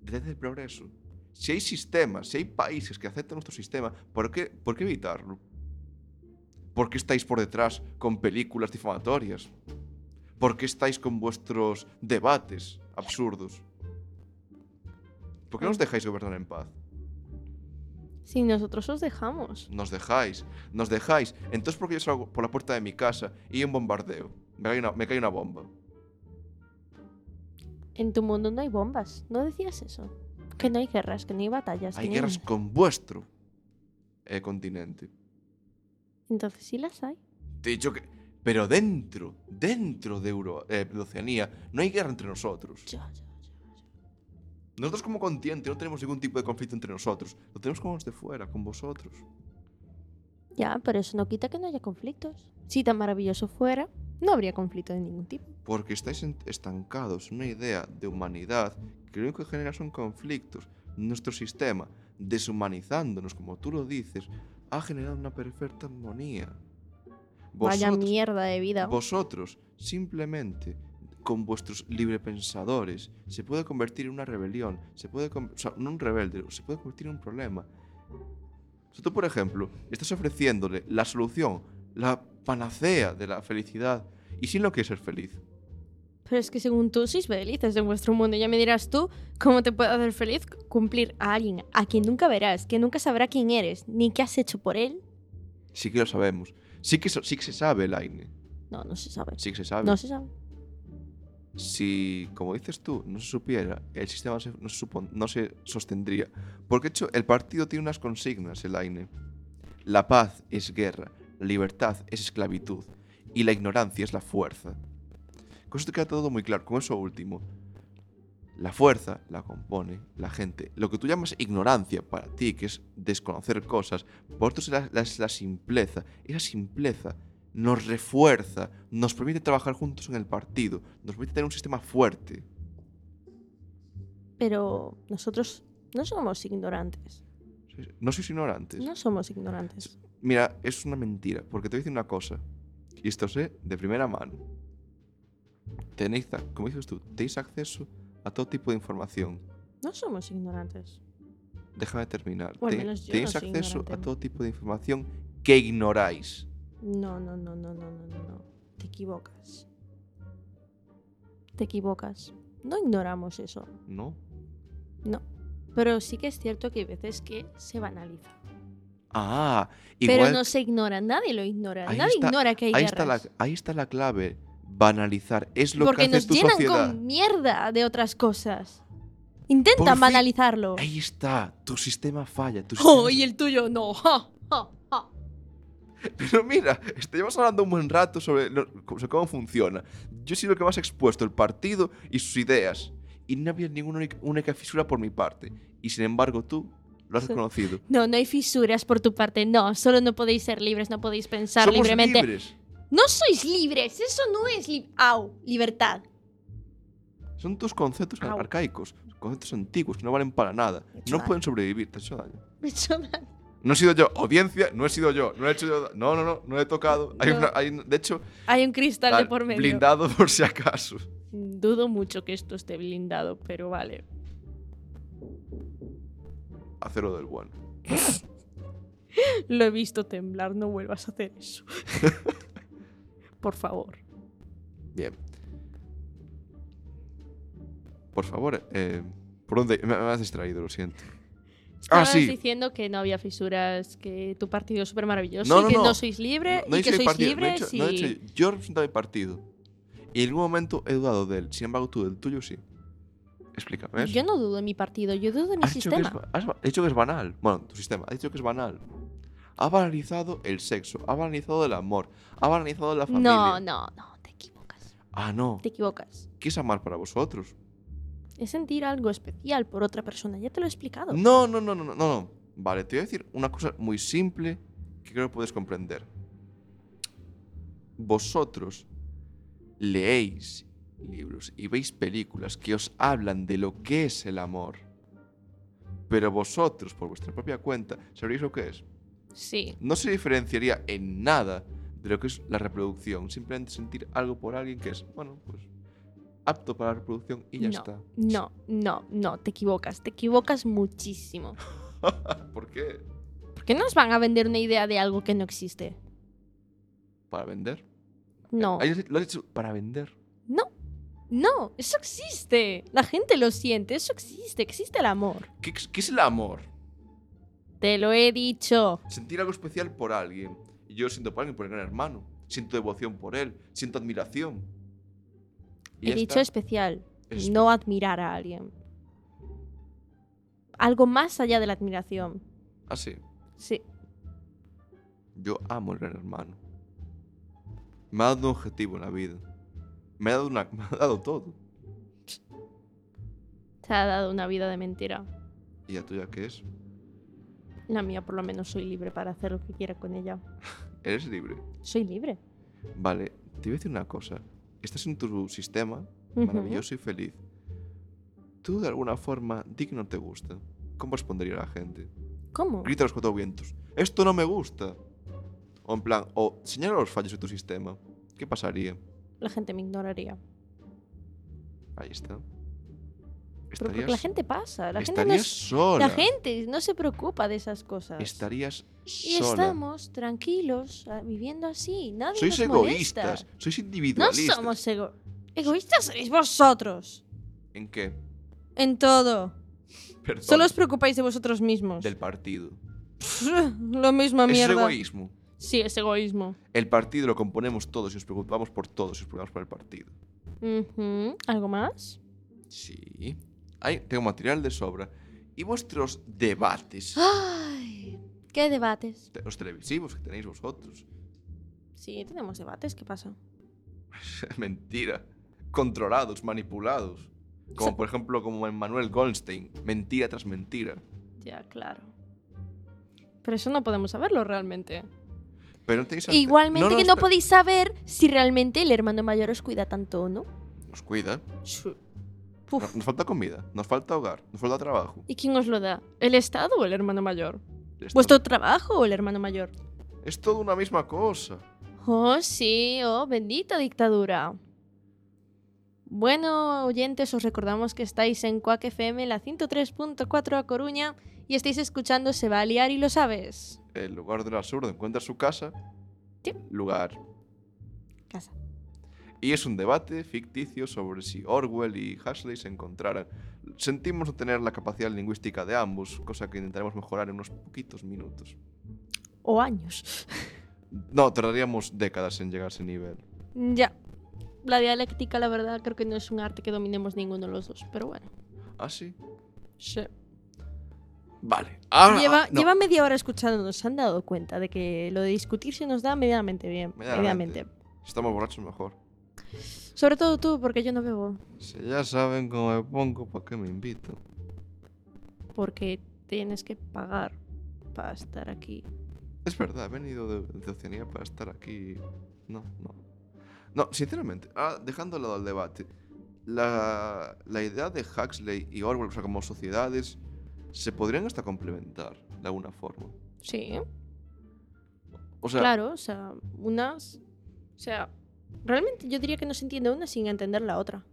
[SPEAKER 2] detener el progreso. Si hay sistemas, si hay países que aceptan nuestro sistema, ¿por qué, por qué evitarlo? ¿Por qué estáis por detrás con películas difamatorias? ¿Por qué estáis con vuestros debates absurdos? ¿Por qué no os dejáis gobernar en paz?
[SPEAKER 1] Si nosotros os dejamos.
[SPEAKER 2] Nos dejáis, nos dejáis. Entonces, ¿por qué yo salgo por la puerta de mi casa y hay un bombardeo? Me cae una, me cae una bomba.
[SPEAKER 1] En tu mundo no hay bombas, no decías eso. Que no hay guerras, que no hay batallas. que
[SPEAKER 2] Hay
[SPEAKER 1] no
[SPEAKER 2] guerras
[SPEAKER 1] nada.
[SPEAKER 2] con vuestro eh, continente.
[SPEAKER 1] Entonces sí las hay.
[SPEAKER 2] Te he dicho que. Pero dentro, dentro de, Euro, eh, de Oceanía, no hay guerra entre nosotros.
[SPEAKER 1] Yo, yo, yo, yo.
[SPEAKER 2] Nosotros como continente no tenemos ningún tipo de conflicto entre nosotros. Lo tenemos con los de fuera, con vosotros.
[SPEAKER 1] Ya, pero eso no quita que no haya conflictos. Si tan maravilloso fuera, no habría conflicto de ningún tipo.
[SPEAKER 2] Porque estáis en- estancados en una idea de humanidad que lo único que genera son conflictos. Nuestro sistema, deshumanizándonos, como tú lo dices, ha generado una perfecta armonía.
[SPEAKER 1] Vaya
[SPEAKER 2] Vosotros-
[SPEAKER 1] mierda de vida.
[SPEAKER 2] Vosotros, simplemente, con vuestros librepensadores, se puede convertir en una rebelión, se puede con- o sea, no un rebelde, se puede convertir en un problema. O sea, tú, por ejemplo, estás ofreciéndole la solución, la panacea de la felicidad, y sin lo que es ser feliz.
[SPEAKER 1] Pero es que según tú sois felices en vuestro mundo. Ya me dirás tú cómo te puede hacer feliz cumplir a alguien a quien nunca verás, que nunca sabrá quién eres, ni qué has hecho por él.
[SPEAKER 2] Sí que lo sabemos. Sí que, so- sí que se sabe, Laine.
[SPEAKER 1] No, no se sabe.
[SPEAKER 2] Sí que se sabe.
[SPEAKER 1] No se sabe.
[SPEAKER 2] si, como dices tú, no se supiera, el sistema se- no, se supon- no se sostendría. Porque, de hecho, el partido tiene unas consignas, el AINE. La paz es guerra, la libertad es esclavitud y la ignorancia es la fuerza. Con esto queda todo muy claro, con eso último. La fuerza la compone la gente. Lo que tú llamas ignorancia para ti, que es desconocer cosas, para otros es la, la- es la simpleza. Esa simpleza nos refuerza, nos permite trabajar juntos en el partido, nos permite tener un sistema fuerte.
[SPEAKER 1] Pero nosotros no somos ignorantes.
[SPEAKER 2] No sois ignorantes.
[SPEAKER 1] No somos ignorantes.
[SPEAKER 2] Mira, es una mentira, porque te voy a decir una cosa. Y esto sé de primera mano. Tenéis, ac- como dices tú, tenéis acceso a todo tipo de información.
[SPEAKER 1] No somos ignorantes.
[SPEAKER 2] Déjame terminar.
[SPEAKER 1] O al
[SPEAKER 2] Te-
[SPEAKER 1] menos yo no
[SPEAKER 2] tenéis
[SPEAKER 1] soy
[SPEAKER 2] acceso
[SPEAKER 1] ignorante.
[SPEAKER 2] a todo tipo de información que ignoráis.
[SPEAKER 1] No, no, no, no, no, no, no, no. Te equivocas. Te equivocas. No ignoramos eso.
[SPEAKER 2] ¿No?
[SPEAKER 1] No. Pero sí que es cierto que hay veces que se banaliza.
[SPEAKER 2] Ah, igual.
[SPEAKER 1] Pero no se ignora, nadie lo ignora.
[SPEAKER 2] Ahí
[SPEAKER 1] nadie
[SPEAKER 2] está-
[SPEAKER 1] ignora que hay
[SPEAKER 2] ahí, está la,
[SPEAKER 1] guerras.
[SPEAKER 2] ahí está la clave. Banalizar. Es lo
[SPEAKER 1] Porque
[SPEAKER 2] que hace
[SPEAKER 1] nos
[SPEAKER 2] tu
[SPEAKER 1] llenan
[SPEAKER 2] sociedad.
[SPEAKER 1] con mierda de otras cosas.
[SPEAKER 2] Por
[SPEAKER 1] Intentan
[SPEAKER 2] fin-
[SPEAKER 1] banalizarlo. [LAUGHS]
[SPEAKER 2] Ahí está. Tu sistema falla. Tu
[SPEAKER 1] [LAUGHS]
[SPEAKER 2] sistema
[SPEAKER 1] Oh, y el tuyo no. Ja, ja, ja.
[SPEAKER 2] [LAUGHS] Pero mira, estamos hablando un buen rato sobre, lo- sobre cómo funciona. Yo he sido el que más ha expuesto el partido y sus ideas. Y no había ninguna única- única fisura por mi parte. Y sin embargo tú lo has
[SPEAKER 1] Sí.
[SPEAKER 2] reconocido.
[SPEAKER 1] No, no hay fisuras por tu parte, no. Solo no podéis ser libres, no podéis pensar
[SPEAKER 2] Somos
[SPEAKER 1] libremente.
[SPEAKER 2] libres.
[SPEAKER 1] No sois libres, eso no es li- au, libertad. [LAUGHS]
[SPEAKER 2] Son tus conceptos ar-
[SPEAKER 1] Au.
[SPEAKER 2] arcaicos, conceptos antiguos que no valen para nada.
[SPEAKER 1] Me he hecho
[SPEAKER 2] No
[SPEAKER 1] daño.
[SPEAKER 2] pueden sobrevivir, te he hecho daño.
[SPEAKER 1] Me he hecho daño.
[SPEAKER 2] No he sido yo, audiencia, no he sido yo, no he hecho yo, no, no, no, no he tocado. Hay
[SPEAKER 1] No.
[SPEAKER 2] una- hay un- de hecho,
[SPEAKER 1] Hay un cristal de
[SPEAKER 2] tal,
[SPEAKER 1] por medio.
[SPEAKER 2] blindado [LAUGHS] por si acaso.
[SPEAKER 1] Dudo mucho que esto esté blindado, pero vale.
[SPEAKER 2] Acero del bueno.
[SPEAKER 1] Lo he visto temblar, no vuelvas a hacer
[SPEAKER 2] [LAUGHS]
[SPEAKER 1] eso. por favor.
[SPEAKER 2] Bien. Por favor, eh, ¿por dónde? Me, me has distraído, lo siento. Ah,
[SPEAKER 1] Estabas
[SPEAKER 2] sí.
[SPEAKER 1] diciendo que no había fisuras, que tu partido es súper maravilloso,
[SPEAKER 2] No, no,
[SPEAKER 1] que no,
[SPEAKER 2] no.
[SPEAKER 1] sois libre
[SPEAKER 2] No- no he
[SPEAKER 1] y que
[SPEAKER 2] dicho mi
[SPEAKER 1] sois
[SPEAKER 2] partido, no he
[SPEAKER 1] libres
[SPEAKER 2] dicho- no he
[SPEAKER 1] y-
[SPEAKER 2] dicho- yo he representado mi partido. Y en ningún momento he dudado de él. Sin embargo, tú, del tuyo sí. Explícame eso.
[SPEAKER 1] Yo no dudo de mi partido, yo dudo de mi
[SPEAKER 2] Has dicho, que es,
[SPEAKER 1] sistema.
[SPEAKER 2] ba- has ba- has dicho que es banal. Bueno, tu sistema. Has dicho que es banal. Ha banalizado el sexo. Ha banalizado el amor. Ha banalizado la familia.
[SPEAKER 1] No, no, no, te equivocas.
[SPEAKER 2] Ah, no.
[SPEAKER 1] Te equivocas.
[SPEAKER 2] ¿Qué es amar para vosotros?
[SPEAKER 1] Es sentir algo especial por otra persona, ya te lo he explicado.
[SPEAKER 2] No, no, no, no, no, no, no. Vale, te voy a decir una cosa muy simple que creo que puedes comprender. Vosotros leéis libros y veis películas que os hablan de lo que es el amor. Pero vosotros, por vuestra propia cuenta, sabréis lo que es.
[SPEAKER 1] Sí,
[SPEAKER 2] No se diferenciaría en nada de lo que es la reproducción. Simplemente sentir algo por alguien que es, bueno, pues apto para la reproducción y ya
[SPEAKER 1] No.
[SPEAKER 2] está.
[SPEAKER 1] no, no, no, te equivocas, te equivocas muchísimo.
[SPEAKER 2] ¿Por qué?
[SPEAKER 1] ¿Por qué nos van a vender una idea de algo que no existe?
[SPEAKER 2] Para vender.
[SPEAKER 1] No,
[SPEAKER 2] Ahí Lo has hecho para vender.
[SPEAKER 1] no, no, eso existe. La gente lo siente, eso existe, existe el amor.
[SPEAKER 2] ¿Qué, qué es el amor?
[SPEAKER 1] Te lo he dicho.
[SPEAKER 2] Sentir algo especial por alguien. Y yo siento por alguien, por el gran hermano. Siento devoción por él. Siento admiración. Y
[SPEAKER 1] He
[SPEAKER 2] ya
[SPEAKER 1] dicho
[SPEAKER 2] está.
[SPEAKER 1] especial,
[SPEAKER 2] Es-
[SPEAKER 1] no admirar a alguien. Algo más allá de la admiración.
[SPEAKER 2] Ah, sí.
[SPEAKER 1] Sí.
[SPEAKER 2] Yo amo el gran hermano. Me ha dado un objetivo en la vida. Me ha dado, una, [LAUGHS] me ha dado todo.
[SPEAKER 1] Te ha dado una vida de mentira.
[SPEAKER 2] ¿Y la tuya qué es?
[SPEAKER 1] La mía por lo menos soy libre para hacer lo que quiera con ella.
[SPEAKER 2] Eres libre.
[SPEAKER 1] Soy libre.
[SPEAKER 2] Vale, te voy a decir una cosa. Estás en tu sistema,
[SPEAKER 1] Ujú.
[SPEAKER 2] maravilloso y feliz. Tú, de alguna forma, di que no te gusta. ¿Cómo respondería la gente?
[SPEAKER 1] ¿Cómo?
[SPEAKER 2] grita a los cuatro vientos. Esto no me gusta. O en plan, o señala los fallos de tu sistema. ¿Qué pasaría?
[SPEAKER 1] La gente me ignoraría.
[SPEAKER 2] Ahí está.
[SPEAKER 1] Pero porque la gente pasa. La gente, no
[SPEAKER 2] estarías
[SPEAKER 1] es-
[SPEAKER 2] sola.
[SPEAKER 1] la gente no se preocupa de esas cosas.
[SPEAKER 2] Estarías
[SPEAKER 1] y
[SPEAKER 2] sola.
[SPEAKER 1] estamos tranquilos ah, viviendo así. Nadie
[SPEAKER 2] Sois
[SPEAKER 1] nos molesta.
[SPEAKER 2] egoístas. Sois
[SPEAKER 1] No
[SPEAKER 2] individualistas.
[SPEAKER 1] somos ego- egoístas. Sois vosotros.
[SPEAKER 2] ¿En qué?
[SPEAKER 1] En todo.
[SPEAKER 2] Perdón.
[SPEAKER 1] Solo os preocupáis de vosotros mismos. [LAUGHS]
[SPEAKER 2] Del partido.
[SPEAKER 1] Lo mismo
[SPEAKER 2] Es
[SPEAKER 1] mierda.
[SPEAKER 2] egoísmo.
[SPEAKER 1] Sí, es egoísmo.
[SPEAKER 2] El partido lo componemos todos y os preocupamos por todos y os preocupamos por el partido.
[SPEAKER 1] Ujú. ¿Algo más?
[SPEAKER 2] Sí. Ahí tengo material de sobra. Y vuestros debates,
[SPEAKER 1] ¡Ah! Ay, qué debates.
[SPEAKER 2] los televisivos que tenéis vosotros.
[SPEAKER 1] Sí, tenemos debates. ¿Qué pasa?
[SPEAKER 2] [LAUGHS] Mentira. Controlados, manipulados. Como
[SPEAKER 1] Sí.
[SPEAKER 2] por ejemplo como en Manuel Goldstein. Mentira tras mentira.
[SPEAKER 1] Ya, claro. Pero eso no podemos saberlo realmente.
[SPEAKER 2] Pero no tenéis ante-
[SPEAKER 1] Igualmente que no
[SPEAKER 2] espera.
[SPEAKER 1] podéis saber si realmente el hermano mayor os cuida tanto o no.
[SPEAKER 2] Nos cuida.
[SPEAKER 1] Sí.
[SPEAKER 2] No-
[SPEAKER 1] Puf.
[SPEAKER 2] Nos falta comida, nos falta hogar, nos falta trabajo.
[SPEAKER 1] ¿Y quién os lo da? ¿El Estado o el hermano mayor?
[SPEAKER 2] Esto-
[SPEAKER 1] ¿Vuestro trabajo o el hermano mayor?
[SPEAKER 2] Es todo una misma cosa.
[SPEAKER 1] Oh, sí, oh, bendita dictadura. Bueno, oyentes, os recordamos que estáis en Quack FM, la 103.4 a Coruña, y estáis escuchando Se va a liar y lo sabes.
[SPEAKER 2] El lugar del absurdo encuentra su casa.
[SPEAKER 1] Sí.
[SPEAKER 2] Lugar.
[SPEAKER 1] Casa.
[SPEAKER 2] Y es un debate ficticio sobre si Orwell y Huxley se encontraran. Sentimos no tener la capacidad lingüística de ambos, cosa que intentaremos mejorar en unos poquitos minutos.
[SPEAKER 1] O años. [LAUGHS]
[SPEAKER 2] No, tardaríamos décadas en llegar a ese nivel.
[SPEAKER 1] ya. La dialéctica, la verdad, creo que no es un arte que dominemos ninguno de los dos, pero bueno.
[SPEAKER 2] Ah, sí.
[SPEAKER 1] Sí.
[SPEAKER 2] ¿Ah, Vale. Ahora. ah,
[SPEAKER 1] lleva,
[SPEAKER 2] no.
[SPEAKER 1] lleva media hora escuchándonos. Se han dado cuenta de que lo de discutir se nos da medianamente bien.
[SPEAKER 2] Medianamente.
[SPEAKER 1] Medianamente.
[SPEAKER 2] Si estamos borrachos, mejor.
[SPEAKER 1] Sobre todo tú, porque yo no bebo.
[SPEAKER 2] Si ya saben cómo me pongo, ¿para qué me invito?
[SPEAKER 1] Porque tienes que pagar para estar aquí.
[SPEAKER 2] Es verdad, he venido de, de Oceanía para estar aquí. No, no. No, sinceramente, ahora, dejando de lado el debate, la, la idea de Huxley y Orwell, o sea, como sociedades, se podrían hasta complementar de alguna forma.
[SPEAKER 1] Sí,
[SPEAKER 2] O sea,
[SPEAKER 1] claro. O sea, unas. O sea, realmente yo diría que no se entiende una sin entender la otra.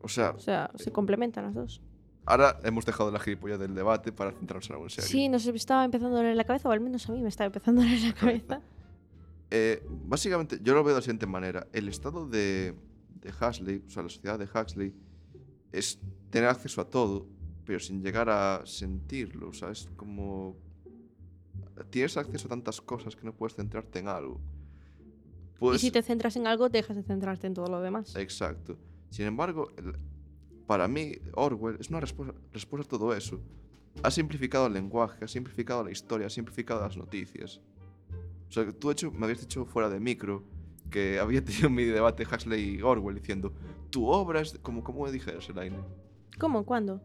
[SPEAKER 2] o sea,
[SPEAKER 1] O sea, se complementan las dos.
[SPEAKER 2] ahora hemos dejado la gilipollas del debate para centrarnos en algo en serio.
[SPEAKER 1] Sí, nos estaba empezando a doler la cabeza, o al menos a mí me estaba empezando a doler la [LAUGHS] cabeza.
[SPEAKER 2] Eh, básicamente, yo lo veo de la siguiente manera. El estado de, de Huxley, o sea, la sociedad de Huxley, es tener acceso a todo, pero sin llegar a sentirlo. O sea, es como... Tienes acceso a tantas cosas que no puedes centrarte en algo.
[SPEAKER 1] Y
[SPEAKER 2] Puedes-
[SPEAKER 1] si te centras en algo, dejas de centrarte en todo lo demás.
[SPEAKER 2] Exacto. Sin embargo, el- para mí, Orwell es una respuesta, respuesta a todo eso. Ha simplificado el lenguaje, ha simplificado la historia, ha simplificado las noticias. O sea, que tú de hecho, me habías dicho fuera de micro que había [LAUGHS] tenido mi debate Huxley y Orwell diciendo, tu obra es... Como, ¿Cómo me dijeras, Elaine?
[SPEAKER 1] ¿Cómo? ¿Cuándo?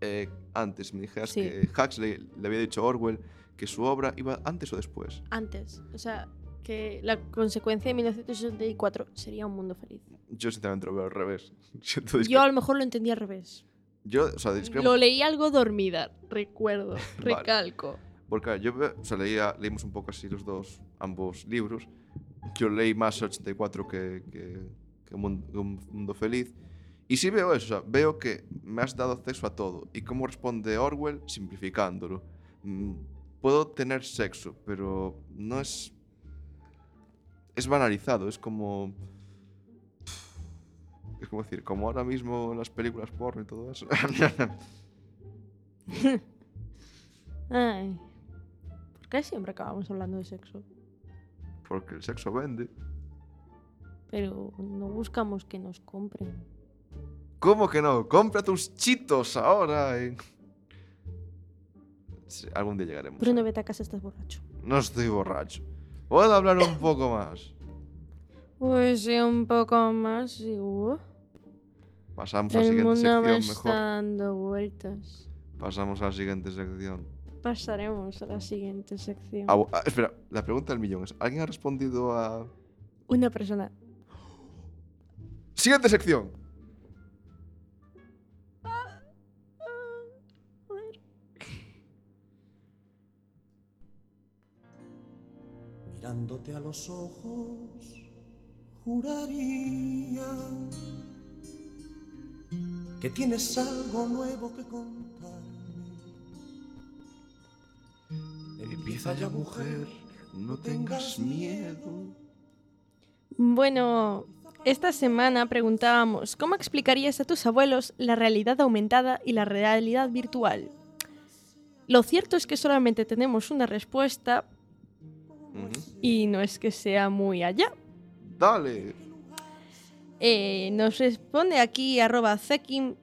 [SPEAKER 2] Eh, antes me dijeras
[SPEAKER 1] Sí.
[SPEAKER 2] que Huxley le había dicho a Orwell que su obra iba antes o después.
[SPEAKER 1] Antes. O sea, que la consecuencia de 1964 sería un mundo feliz.
[SPEAKER 2] Yo sinceramente lo veo al revés. [LAUGHS] Siento discre-
[SPEAKER 1] Yo a lo mejor lo entendí al revés.
[SPEAKER 2] yo, o sea, discrepo.
[SPEAKER 1] Lo leí algo dormida, [LAUGHS] recuerdo, recalco.
[SPEAKER 2] Porque claro, yo ve- o sea, leía, leímos un poco así los dos, ambos libros. Yo leí más 84 que, que, que un, Mun- que Un Mundo Feliz. Y sí veo eso, o sea, veo que me has dado acceso a todo. ¿Y cómo responde Orwell? Simplificándolo. Mm, Puedo tener sexo, pero no es... Es banalizado, es como... Es como decir, como ahora mismo las películas porno y todo eso. [LAUGHS]
[SPEAKER 1] Ay. ¿Por qué siempre acabamos hablando de sexo?
[SPEAKER 2] Porque el sexo vende.
[SPEAKER 1] Pero no buscamos que nos compren.
[SPEAKER 2] ¿Cómo que no? Compra tus chitos ahora. eh. Sí, algún día llegaremos.
[SPEAKER 1] Bruno, vete a casa, estás borracho.
[SPEAKER 2] No estoy borracho. ¿Puedo hablar un poco más?
[SPEAKER 1] Pues sí, un poco más, sí. uh.
[SPEAKER 2] Pasamos a la
[SPEAKER 1] El
[SPEAKER 2] siguiente
[SPEAKER 1] mundo
[SPEAKER 2] sección
[SPEAKER 1] me
[SPEAKER 2] mejor.
[SPEAKER 1] está dando vueltas.
[SPEAKER 2] Pasamos a la siguiente sección.
[SPEAKER 1] Pasaremos a la siguiente sección.
[SPEAKER 2] Ah, bu- ah, espera, la pregunta del millón es: ¿alguien ha respondido a.
[SPEAKER 1] Una persona.
[SPEAKER 2] ¡Siguiente sección!
[SPEAKER 3] Mirándote a los ojos, juraría que tienes algo nuevo que contarme.
[SPEAKER 2] Empieza ya, mujer, no tengas miedo.
[SPEAKER 1] Bueno, esta semana preguntábamos, ¿cómo explicarías a tus abuelos la realidad aumentada y la realidad virtual? Lo cierto es que solamente tenemos una respuesta
[SPEAKER 2] Ujú.
[SPEAKER 1] y no es que sea muy allá.
[SPEAKER 2] Dale.
[SPEAKER 1] Eh, nos responde aquí arroba Zekim.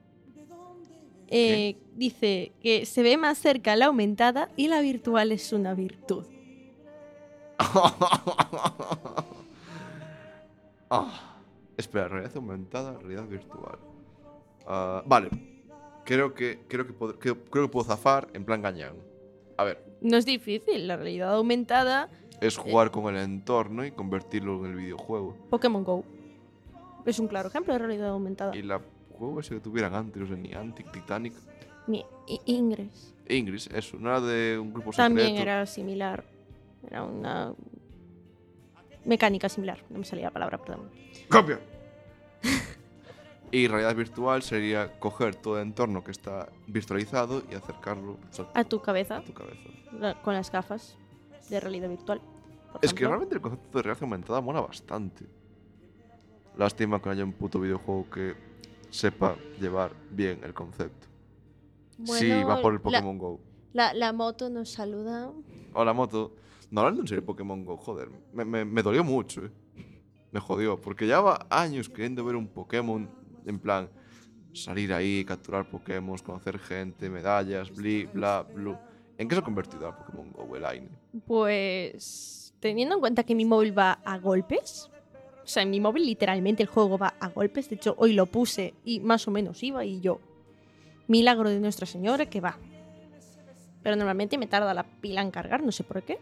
[SPEAKER 1] eh, dice que se ve más cerca la aumentada y la virtual es una virtud.
[SPEAKER 2] [LAUGHS] Ah, espera, realidad aumentada, realidad virtual. Ah, vale. Creo que, creo, que pod- creo, creo que puedo zafar en plan gañán. A ver,
[SPEAKER 1] No es difícil, la realidad aumentada,
[SPEAKER 2] es jugar con el entorno y convertirlo en el videojuego.
[SPEAKER 1] Pokémon Go. Es un claro ejemplo de realidad aumentada.
[SPEAKER 2] Y la juego ese que tuvieran antes, los de Niantic, Titanic,
[SPEAKER 1] Ni- I- Ingress.
[SPEAKER 2] Ingress, eso, no era de un grupo secreto.
[SPEAKER 1] También era similar. Era una mecánica similar. No me salía la palabra, perdón.
[SPEAKER 2] ¡Copia! [LAUGHS] y realidad virtual sería coger todo el entorno que está virtualizado y acercarlo o sea,
[SPEAKER 1] A tu cabeza,
[SPEAKER 2] a tu cabeza.
[SPEAKER 1] la- con las gafas de realidad virtual. por
[SPEAKER 2] Es que
[SPEAKER 1] ejemplo.
[SPEAKER 2] realmente el concepto de realidad aumentada mola bastante. Lástima que no haya un puto videojuego que sepa llevar bien el concepto. sí,
[SPEAKER 1] Bueno,
[SPEAKER 2] va por el
[SPEAKER 1] la-
[SPEAKER 2] Pokémon Go.
[SPEAKER 1] La, la moto nos saluda.
[SPEAKER 2] Hola, moto. No, hablando en serio, Pokémon Go, joder. Me, me- me dolió mucho, eh. Me jodió, porque llevaba años queriendo ver un Pokémon en plan. Salir ahí, capturar Pokémon, conocer gente, medallas, bli, bla, blu. ¿En qué se ha convertido el Pokémon Go el Aine?
[SPEAKER 1] Pues teniendo en cuenta que mi móvil va a golpes, o sea, en mi móvil literalmente el juego va a golpes, de hecho hoy lo puse y más o menos iba y yo, milagro de Nuestra Señora que va. Pero normalmente me tarda la pila en cargar, no sé por qué.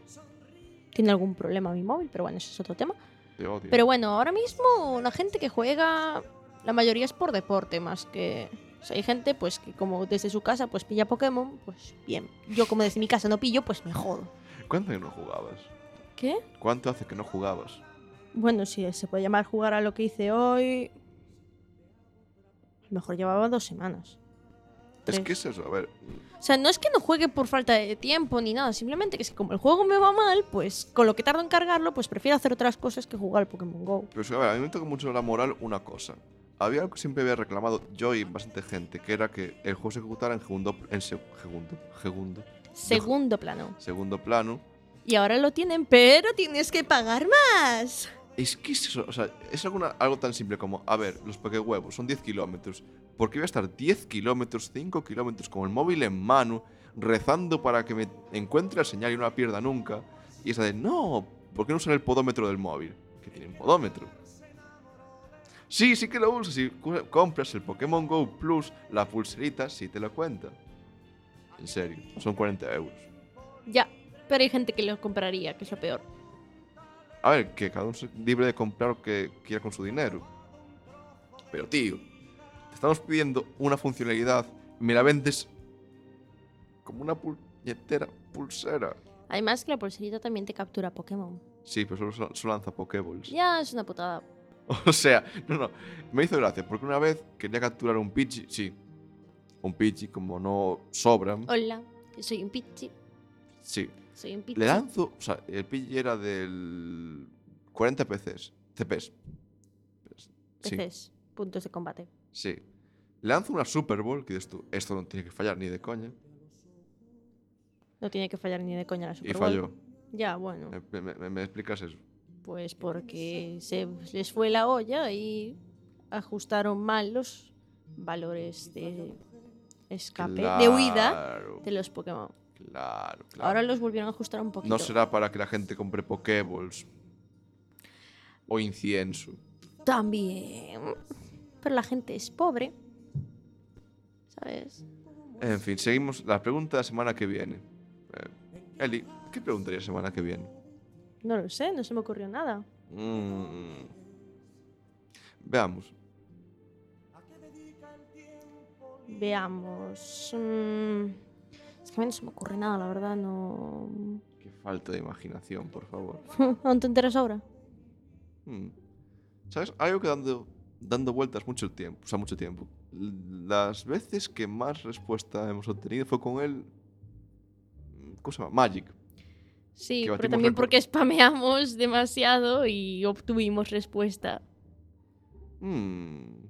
[SPEAKER 1] Tiene algún problema mi móvil, pero bueno, ese es otro tema.
[SPEAKER 2] Te odio.
[SPEAKER 1] Pero bueno, ahora mismo la gente que juega, la mayoría es por deporte más que... O sea, hay gente pues que como desde su casa pues pilla Pokémon, pues bien. Yo como desde mi casa no pillo, pues me jodo.
[SPEAKER 2] ¿Cuánto hace que no jugabas?
[SPEAKER 1] ¿Qué?
[SPEAKER 2] ¿Cuánto hace que no jugabas?
[SPEAKER 1] Bueno, si se puede llamar jugar a lo que hice hoy... A lo mejor llevaba dos semanas. Tres.
[SPEAKER 2] Es que es eso, a ver.
[SPEAKER 1] O sea, no es que no juegue por falta de tiempo ni nada, simplemente que si como el juego me va mal, pues con lo que tardo en cargarlo, pues prefiero hacer otras cosas que jugar al Pokémon Go.
[SPEAKER 2] Pero sí, a ver, a mí me toca mucho la moral una cosa. Había algo que siempre había reclamado yo y bastante gente, que era que el juego se ejecutara en segundo, en se- segundo, segundo,
[SPEAKER 1] Segundo plano.
[SPEAKER 2] segundo plano.
[SPEAKER 1] Y ahora lo tienen, pero tienes que pagar más.
[SPEAKER 2] Es que es eso, o sea, es alguna, algo tan simple como, a ver, los huevos son 10 kilómetros. ¿Por qué voy a estar 10 kilómetros, 5 kilómetros con el móvil en mano, rezando para que me encuentre la señal y no la pierda nunca? Y esa de, no, ¿por qué no usar el podómetro del móvil? Que tiene un podómetro. Sí, sí que lo usas. Si cu- compras el Pokémon Go Plus, la pulserita sí te la cuenta. En serio, son 40 euros.
[SPEAKER 1] Ya, pero hay gente que lo compraría, que es lo peor.
[SPEAKER 2] A ver, que cada uno es libre de comprar lo que quiera con su dinero. Pero tío, te estamos pidiendo una funcionalidad y me la vendes como una puñetera pulsera.
[SPEAKER 1] Además que la pulserita también te captura Pokémon.
[SPEAKER 2] Sí, pero solo, solo lanza Pokéballs.
[SPEAKER 1] Ya es una putada.
[SPEAKER 2] [LAUGHS] O sea, no, no. Me hizo gracia porque una vez quería capturar un Pidgey. Sí, un Pidgey, como no sobran.
[SPEAKER 1] Hola, yo soy un pichi,
[SPEAKER 2] Sí,
[SPEAKER 1] soy un pichi.
[SPEAKER 2] Le lanzo. O sea, el Pidgey era del 40 PCs. CPs. Sí.
[SPEAKER 1] Peces, puntos de combate.
[SPEAKER 2] Sí. Lanzo una Super Bowl, que dices tú, esto no tiene que fallar ni de coña.
[SPEAKER 1] No tiene que fallar ni de coña la Super
[SPEAKER 2] y
[SPEAKER 1] Bowl.
[SPEAKER 2] falló. Eh.
[SPEAKER 1] Ya, bueno,
[SPEAKER 2] Me, me- me- me explicas eso?
[SPEAKER 1] pues porque se les fue la olla y ajustaron mal los valores de escape, de huida
[SPEAKER 2] Claro,
[SPEAKER 1] de los Pokémon.
[SPEAKER 2] Claro, claro.
[SPEAKER 1] Ahora los volvieron a ajustar un poquito.
[SPEAKER 2] no será para que la gente compre Pokéballs. O incienso.
[SPEAKER 1] También. Pero la gente es pobre. ¿Sabes?
[SPEAKER 2] En fin, seguimos. La pregunta de la semana que viene. Eh, Eli, ¿qué preguntaría la semana que viene?
[SPEAKER 1] No lo sé, no se me ocurrió nada.
[SPEAKER 2] Mm. Veamos.
[SPEAKER 1] Veamos. mm, Es que a mí no se me ocurre nada, la verdad, no. [LAUGHS]
[SPEAKER 2] Qué falta de imaginación, por favor.
[SPEAKER 1] ¿Aún te enteras ahora?
[SPEAKER 2] Hmm. ¿Sabes? Algo que dando, dando vueltas mucho el tiempo, o sea, mucho tiempo. L- Las veces que más respuesta hemos obtenido fue con el... mm, ¿Cómo se llama? Magic.
[SPEAKER 1] Sí,
[SPEAKER 2] Que
[SPEAKER 1] pero
[SPEAKER 2] batimos
[SPEAKER 1] también
[SPEAKER 2] récord.
[SPEAKER 1] porque spameamos demasiado y obtuvimos respuesta.
[SPEAKER 2] Hmm.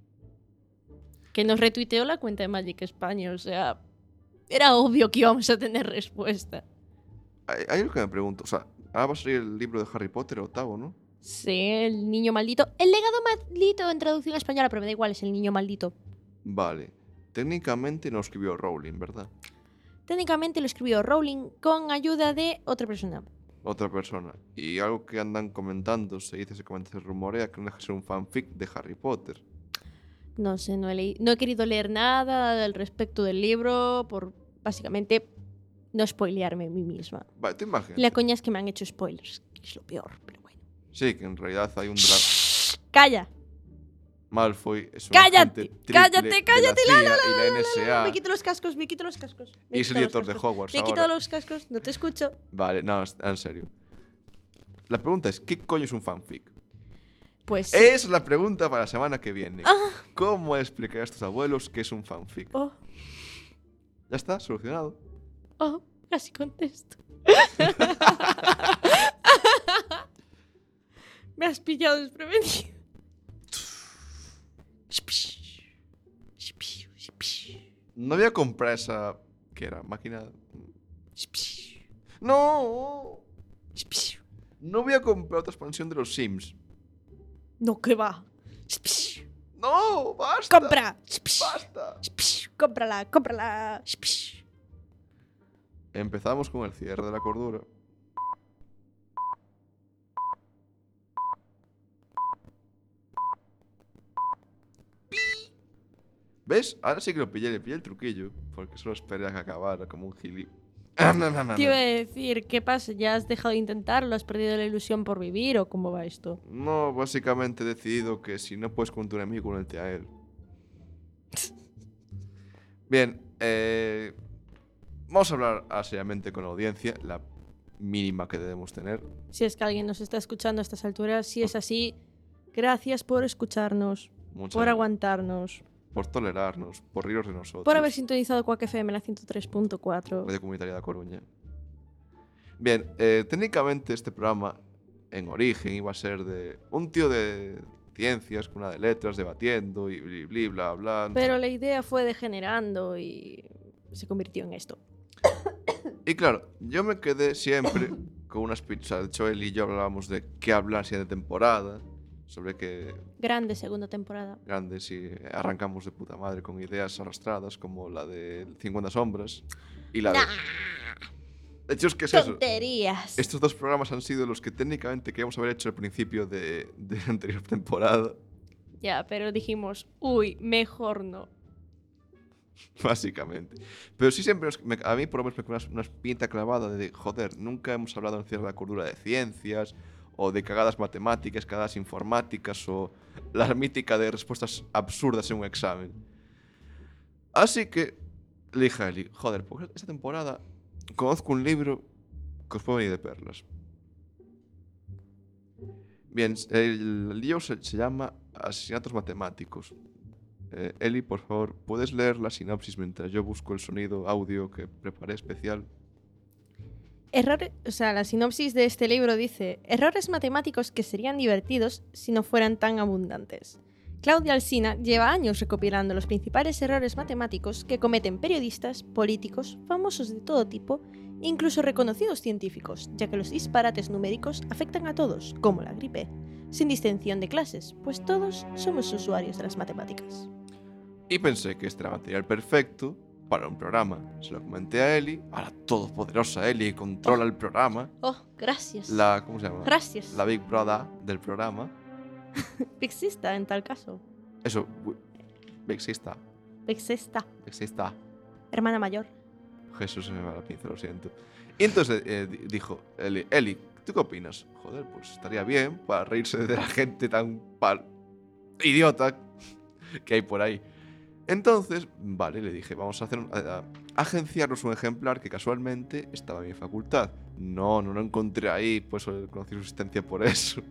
[SPEAKER 1] Que nos retuiteó la cuenta de Magic España, o sea. Era obvio que íbamos a tener respuesta.
[SPEAKER 2] Hay, hay algo que me pregunto. O sea, ahora va a salir el libro de Harry Potter, el octavo, ¿no?
[SPEAKER 1] Sí, el niño maldito. El legado maldito en traducción española, pero me da igual, es el niño maldito.
[SPEAKER 2] Vale. Técnicamente no escribió Rowling, ¿verdad?
[SPEAKER 1] Técnicamente lo escribió Rowling con ayuda de otra persona.
[SPEAKER 2] Otra persona. Y algo que andan comentando, se dice, se comenta, se rumorea, que no deja de ser un fanfic de Harry Potter.
[SPEAKER 1] No sé, no he, leí- no he querido leer nada al respecto del libro por básicamente no spoilearme a mí misma.
[SPEAKER 2] Vale, te imaginas.
[SPEAKER 1] La coña es que me han hecho spoilers, que es lo peor, pero bueno.
[SPEAKER 2] Sí, que en realidad hay un dragón.
[SPEAKER 1] ¡Calla!
[SPEAKER 2] Malfoy es un
[SPEAKER 1] ¡Cállate!
[SPEAKER 2] agente triple
[SPEAKER 1] ¡Cállate!
[SPEAKER 2] de
[SPEAKER 1] ¡Cállate!
[SPEAKER 2] La CIA y la NSA.
[SPEAKER 1] Me quito los cascos, me quito los cascos. me
[SPEAKER 2] Y
[SPEAKER 1] he
[SPEAKER 2] es el
[SPEAKER 1] quitado los
[SPEAKER 2] director de
[SPEAKER 1] cascos.
[SPEAKER 2] Hogwarts
[SPEAKER 1] Me he
[SPEAKER 2] ahora.
[SPEAKER 1] quitado los cascos, no te escucho.
[SPEAKER 2] Vale, no, es- en serio. La pregunta es, ¿qué coño es un fanfic?
[SPEAKER 1] Pues. Ah,
[SPEAKER 2] Es la pregunta para la semana que viene. ¿Cómo explicar a tus abuelos qué es un fanfic?
[SPEAKER 1] Oh,
[SPEAKER 2] Ya está, solucionado.
[SPEAKER 1] oh, casi contesto. [LAUGHS] me has pillado desprevenido.
[SPEAKER 2] No voy a comprar esa... ¿Qué era? ¿Máquina? ¡No! No voy a comprar otra expansión de los Sims.
[SPEAKER 1] No, que va.
[SPEAKER 2] ¡No! ¡Basta!
[SPEAKER 1] ¡Compra!
[SPEAKER 2] ¡Basta!
[SPEAKER 1] ¡Cómprala! ¡Cómprala! Shpsh.
[SPEAKER 2] Empezamos con el cierre de la cordura. ¿Ves? Ahora sí que lo pillé, le pillé el truquillo. Porque solo esperé a que acabara como un gili. Ah,
[SPEAKER 3] [COUGHS] Ah,
[SPEAKER 1] Te iba a decir, ¿qué pasa? ¿Ya has dejado de intentarlo? ¿Has perdido la ilusión por vivir o cómo va esto?
[SPEAKER 2] No, básicamente he decidido que si no puedes con tu enemigo, únete a él. Bien, eh, vamos a hablar ah, seriamente con la audiencia, la mínima que debemos tener.
[SPEAKER 1] Si es que alguien nos está escuchando a estas alturas, si es así, gracias por escucharnos,
[SPEAKER 2] Muchas
[SPEAKER 1] por
[SPEAKER 2] gracias.
[SPEAKER 1] aguantarnos,
[SPEAKER 2] por tolerarnos, por ríos de nosotros.
[SPEAKER 1] por haber sintonizado Quack FM en la 103.4.
[SPEAKER 2] Radio Comunitaria de La Coruña. Bien, eh, técnicamente este programa, en origen, iba a ser de un tío de ciencias con una de letras debatiendo y bli, bli, bla, bla.
[SPEAKER 1] Pero la idea fue degenerando y se convirtió en esto.
[SPEAKER 2] Y claro, yo me quedé siempre [COUGHS] con unas pizzas. De hecho, él y yo hablábamos de qué hablar si de temporada, sobre qué
[SPEAKER 1] Grande segunda temporada.
[SPEAKER 2] grandes y arrancamos de puta madre con ideas arrastradas como la de 50 sombras y la de... De hecho, es que es eso. Este
[SPEAKER 1] ¡Tonterías!
[SPEAKER 2] Estos dos programas han sido los que técnicamente queríamos haber hecho al principio de, de la anterior temporada,
[SPEAKER 1] Ya, pero dijimos, uy, mejor no.
[SPEAKER 2] [LAUGHS] básicamente. Pero sí siempre nos- me- a mí por lo menos me quedó una, una espinita clavada de, joder, nunca hemos hablado en cierta cordura de ciencias o de cagadas matemáticas, cagadas informáticas o la mítica de respuestas absurdas en un examen. Así que le dije a Eli, joder, pues esta temporada conozco un libro que os puede venir de perlas. Bien, el libro se, se llama Asesinatos Matemáticos. Eh, Eli, por favor, ¿puedes leer la sinopsis mientras yo busco el sonido audio que preparé especial?
[SPEAKER 1] Errores, o sea, la sinopsis de este libro dice, errores matemáticos que serían divertidos si no fueran tan abundantes. Claudia Alsina lleva años recopilando los principales errores matemáticos que cometen periodistas, políticos, famosos de todo tipo, e incluso reconocidos científicos, ya que los disparates numéricos afectan a todos, como la gripe, sin distinción de clases, pues todos somos usuarios de las matemáticas.
[SPEAKER 2] Y pensé que este era material perfecto para un programa. Se lo comenté a Eli, a la todopoderosa Eli que controla el programa,
[SPEAKER 1] Oh, gracias.
[SPEAKER 2] la, ¿cómo se llama?
[SPEAKER 1] Gracias.
[SPEAKER 2] La Big Brother del programa.
[SPEAKER 1] Pixista en tal caso.
[SPEAKER 2] Eso, wi- exista,
[SPEAKER 1] Pixista,
[SPEAKER 2] exista.
[SPEAKER 1] hermana mayor.
[SPEAKER 2] Jesús se me va la pinza, lo siento. Y entonces eh, di- dijo, Eli, Eli, ¿tú qué opinas? Joder, pues estaría bien para reírse de la gente tan pal idiota que hay por ahí. Entonces, vale, le dije, vamos a hacer un- a- a- agenciarnos un ejemplar que casualmente estaba en mi facultad. No, no lo encontré ahí, pues eh, conocí su existencia por eso.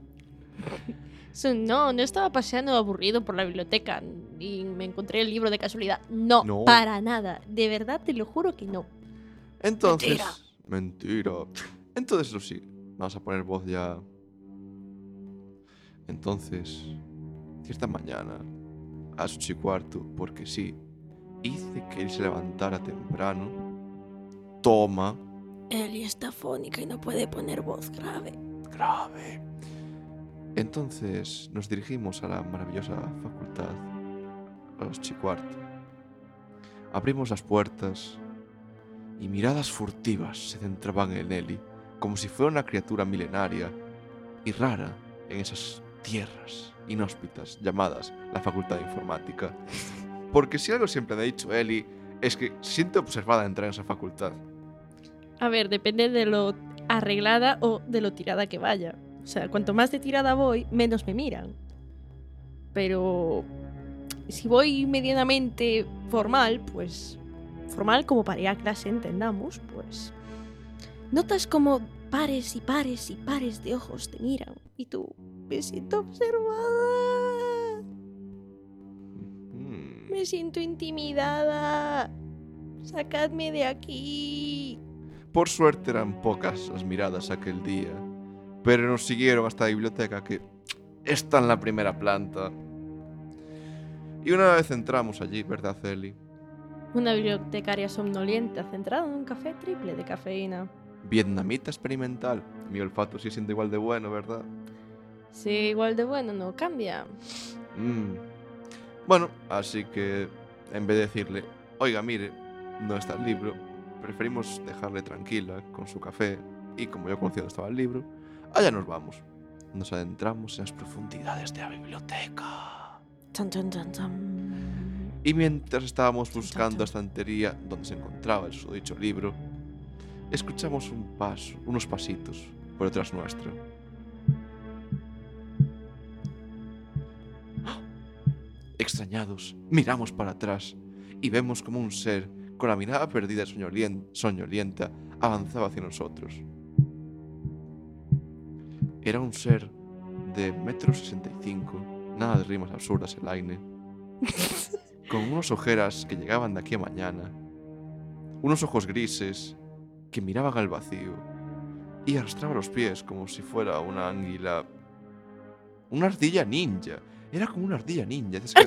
[SPEAKER 1] So, No, no estaba paseando aburrido por la biblioteca y me encontré el libro de casualidad. No,
[SPEAKER 2] No.
[SPEAKER 1] para nada. De verdad te lo juro que no.
[SPEAKER 2] Entonces. Mentira. Entonces, eso sí. Vamos a poner voz ya. Entonces. Cierta mañana. A las ocho y cuarto, porque sí. Hice que él se levantara temprano. Toma.
[SPEAKER 1] Eli está fónica y no puede poner voz grave.
[SPEAKER 2] Grave. Entonces nos dirigimos a la maravillosa facultad, a los Chicuarto. Abrimos las puertas y miradas furtivas se centraban en Eli, como si fuera una criatura milenaria y rara en esas tierras inhóspitas llamadas la Facultad de Informática. Porque si algo siempre ha dicho Eli es que se siente observada entrar en esa facultad.
[SPEAKER 1] A ver, depende de lo arreglada o de lo tirada que vaya. O sea, cuanto más de tirada voy, menos me miran. Pero si voy medianamente formal, pues formal como para ir a clase, entendamos, pues notas como pares y pares y pares de ojos te miran y tú me siento observada,
[SPEAKER 2] Mm.
[SPEAKER 1] me siento intimidada. Sacadme de aquí.
[SPEAKER 2] Por suerte eran pocas las miradas aquel día, pero nos siguieron hasta la biblioteca que está en la primera planta. Y una vez entramos allí, ¿verdad, Eli?
[SPEAKER 1] Una bibliotecaria somnolienta centrada en un café triple de cafeína.
[SPEAKER 2] Vietnamita experimental. Mi olfato sigue siendo igual de bueno, ¿verdad?
[SPEAKER 1] Sí, igual de bueno, no cambia.
[SPEAKER 2] Mm. Bueno, así que en vez de decirle, oiga, mire, no está el libro, preferimos dejarle tranquila con su café y como yo conocía dónde estaba el libro, allá nos vamos. Nos adentramos en las profundidades de la biblioteca.
[SPEAKER 1] Chan, chan, chan, chan.
[SPEAKER 2] Y mientras estábamos
[SPEAKER 1] Chan, chan,
[SPEAKER 2] buscando la
[SPEAKER 1] chan.
[SPEAKER 2] estantería donde se encontraba el susodicho libro, escuchamos un paso, unos pasitos por detrás nuestro. ¡Ah! Extrañados, miramos para atrás y vemos como un ser, con la mirada perdida y soñolien- soñolienta, avanzaba hacia nosotros. Era un ser de metro sesenta y cinco, nada de rimas absurdas el aire, con unos ojeras que llegaban de aquí a mañana, unos ojos grises que miraban al vacío y arrastraba los pies como si fuera una águila, una ardilla ninja. Era como una ardilla ninja. esas que-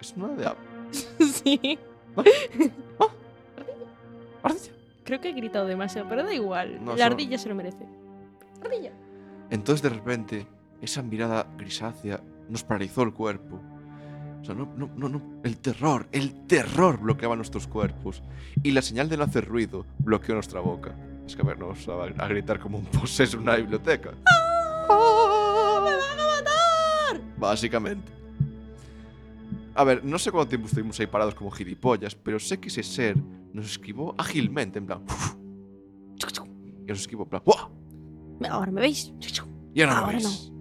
[SPEAKER 2] Es- Es una de...
[SPEAKER 1] [LAUGHS] sí. Oh.
[SPEAKER 2] ardilla.
[SPEAKER 1] Creo que he gritado demasiado, pero da igual.
[SPEAKER 2] No,
[SPEAKER 1] la
[SPEAKER 2] son-
[SPEAKER 1] ardilla se lo merece. Ardilla.
[SPEAKER 2] Entonces de repente, esa mirada grisácea nos paralizó el cuerpo. O sea, no, no, no, no. El terror, el terror bloqueaba nuestros cuerpos. Y la señal de no hacer ruido bloqueó nuestra boca. Es que a ver, no os va a gritar como un poseso en una biblioteca. [LAUGHS]
[SPEAKER 1] ¡Me van a matar!
[SPEAKER 2] Básicamente. A ver, no sé cuánto tiempo estuvimos ahí parados como gilipollas, pero sé que ese ser nos esquivó ágilmente, en plan. [LAUGHS] Y nos esquivó, en plan. ¡Buah!
[SPEAKER 1] Ahora me veis.
[SPEAKER 2] Y ahora, no
[SPEAKER 1] Ahora
[SPEAKER 2] ves.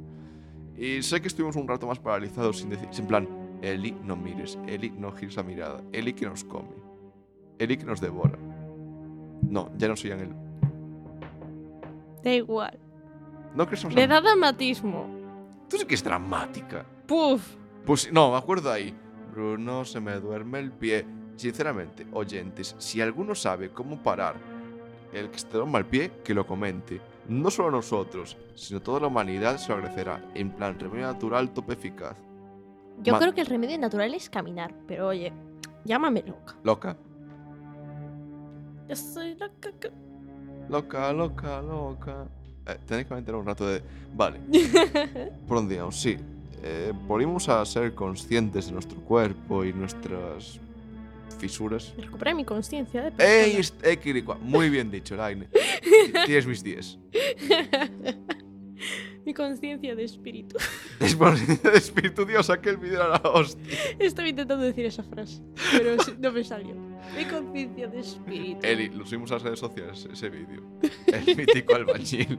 [SPEAKER 2] Y sé que estuvimos un rato más paralizados sin decir. En plan, Eli, no mires. Eli, no gires la mirada. Eli que nos come. Eli que nos devora. No, ya no soy Ángel.
[SPEAKER 1] Da igual.
[SPEAKER 2] No que somos
[SPEAKER 1] Le da dramatismo.
[SPEAKER 2] Tú sí que es dramática.
[SPEAKER 1] Puf.
[SPEAKER 2] Pues no, me acuerdo ahí. Bruno, se me duerme el pie. Sinceramente, oyentes, si alguno sabe cómo parar el que se te duerma el pie, que lo comente. No solo nosotros, sino toda la humanidad se lo agradecerá. En plan, remedio natural, tope eficaz.
[SPEAKER 1] Yo
[SPEAKER 2] Ma-
[SPEAKER 1] creo que el remedio natural es caminar, pero oye, llámame loca.
[SPEAKER 2] Loca.
[SPEAKER 1] Yo soy loca. que-
[SPEAKER 2] Loca, loca, loca. Eh, tenéis que meter un rato de. Vale, por donde íbamos, sí. Eh, volvimos a ser conscientes de nuestro cuerpo y nuestras fisuras.
[SPEAKER 1] Recuperé mi conciencia de persona.
[SPEAKER 2] ¡Ey, est- eh, Kirikua! Muy bien dicho, Laine. Tienes mis 10.
[SPEAKER 1] [LAUGHS] mi conciencia de espíritu. [LAUGHS]
[SPEAKER 2] Es por de [LAUGHS] espíritu Dios aquel video a la hostia.
[SPEAKER 1] Estaba intentando decir esa frase, pero sí, no me salió. Mi conciencia de espíritu.
[SPEAKER 2] Eli, lo subimos a las redes sociales ese vídeo. El mítico albañil.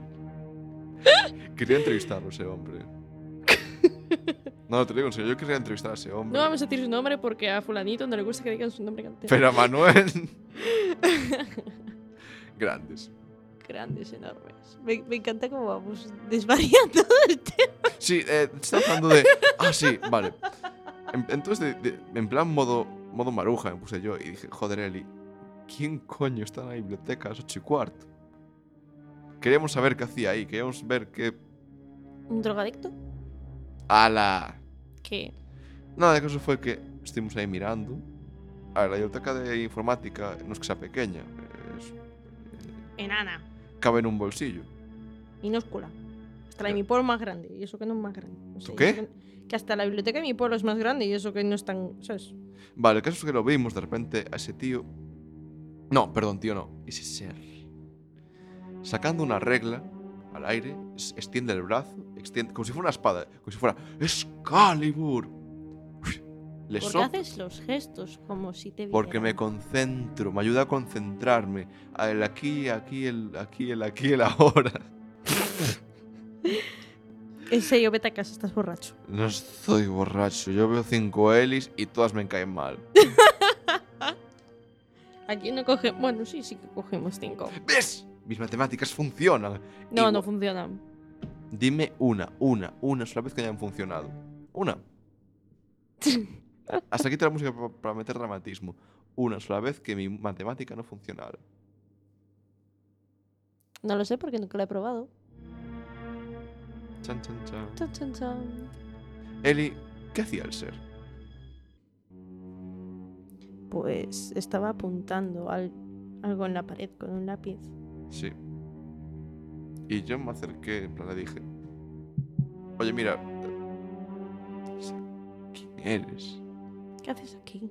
[SPEAKER 2] Quería entrevistarlo ese hombre. No, te lo digo en serio, yo quería entrevistar a ese hombre.
[SPEAKER 1] No vamos a decir su nombre porque a fulanito no le gusta que digan su nombre cantero.
[SPEAKER 2] Pero a Manuel. Grandes.
[SPEAKER 1] Grandes, enormes. Me, me encanta cómo vamos desvariando [LAUGHS] del tema.
[SPEAKER 2] Sí, eh, está hablando de. Ah, sí, vale. En- Entonces, de- de- en plan modo, modo maruja me puse yo y dije, joder, Eli, ¿quién coño está en la biblioteca a las 8 y cuarto? Queríamos saber qué hacía ahí, queríamos ver qué.
[SPEAKER 1] ¿Un drogadicto?
[SPEAKER 2] ¡Hala!
[SPEAKER 1] ¿Qué?
[SPEAKER 2] Nada, que eso fue que estuvimos ahí mirando. A ver, la biblioteca de informática no es que sea pequeña, es-
[SPEAKER 1] Enana.
[SPEAKER 2] cabe en un bolsillo.
[SPEAKER 1] Minúscula. Hasta la de mi pueblo más grande, y eso que no es más grande. O
[SPEAKER 2] ¿Tú qué?
[SPEAKER 1] eso Que, que hasta la biblioteca de mi pueblo es más grande, y eso que no es tan. ¿Sabes?
[SPEAKER 2] Vale, el caso es que lo vimos de repente a ese tío. No, perdón, tío, no. Ese ser. Sacando una regla al aire, es- extiende el brazo, extiende, como si fuera una espada, como si fuera Excalibur. Le
[SPEAKER 1] Porque
[SPEAKER 2] sopla-
[SPEAKER 1] haces los gestos como si te
[SPEAKER 2] porque me
[SPEAKER 1] vieran.
[SPEAKER 2] concentro, me ayuda a concentrarme. a El aquí, aquí, el aquí, el aquí, el ahora.
[SPEAKER 1] En serio, vete a casa, estás borracho.
[SPEAKER 2] No estoy borracho, yo veo cinco helis y todas me caen mal.
[SPEAKER 1] Aquí no coge. Bueno, sí, sí que cogemos cinco.
[SPEAKER 2] ¿Ves? Mis matemáticas funcionan.
[SPEAKER 1] No,
[SPEAKER 2] Igual-
[SPEAKER 1] no funcionan.
[SPEAKER 2] Dime una, una, una sola vez que hayan funcionado. Una. Hasta aquí trae la música pa- para meter dramatismo. Una sola vez que mi matemática no funcionara.
[SPEAKER 1] No lo sé porque nunca lo he probado.
[SPEAKER 2] Chan, chan, chan.
[SPEAKER 1] Chan, chan, chan.
[SPEAKER 2] Eli, ¿qué hacía el ser?
[SPEAKER 1] Pues estaba apuntando al- algo en la pared con un lápiz.
[SPEAKER 2] Sí. Y yo me acerqué, en plan, le dije. Oye, mira. eres?
[SPEAKER 1] ¿Qué haces aquí?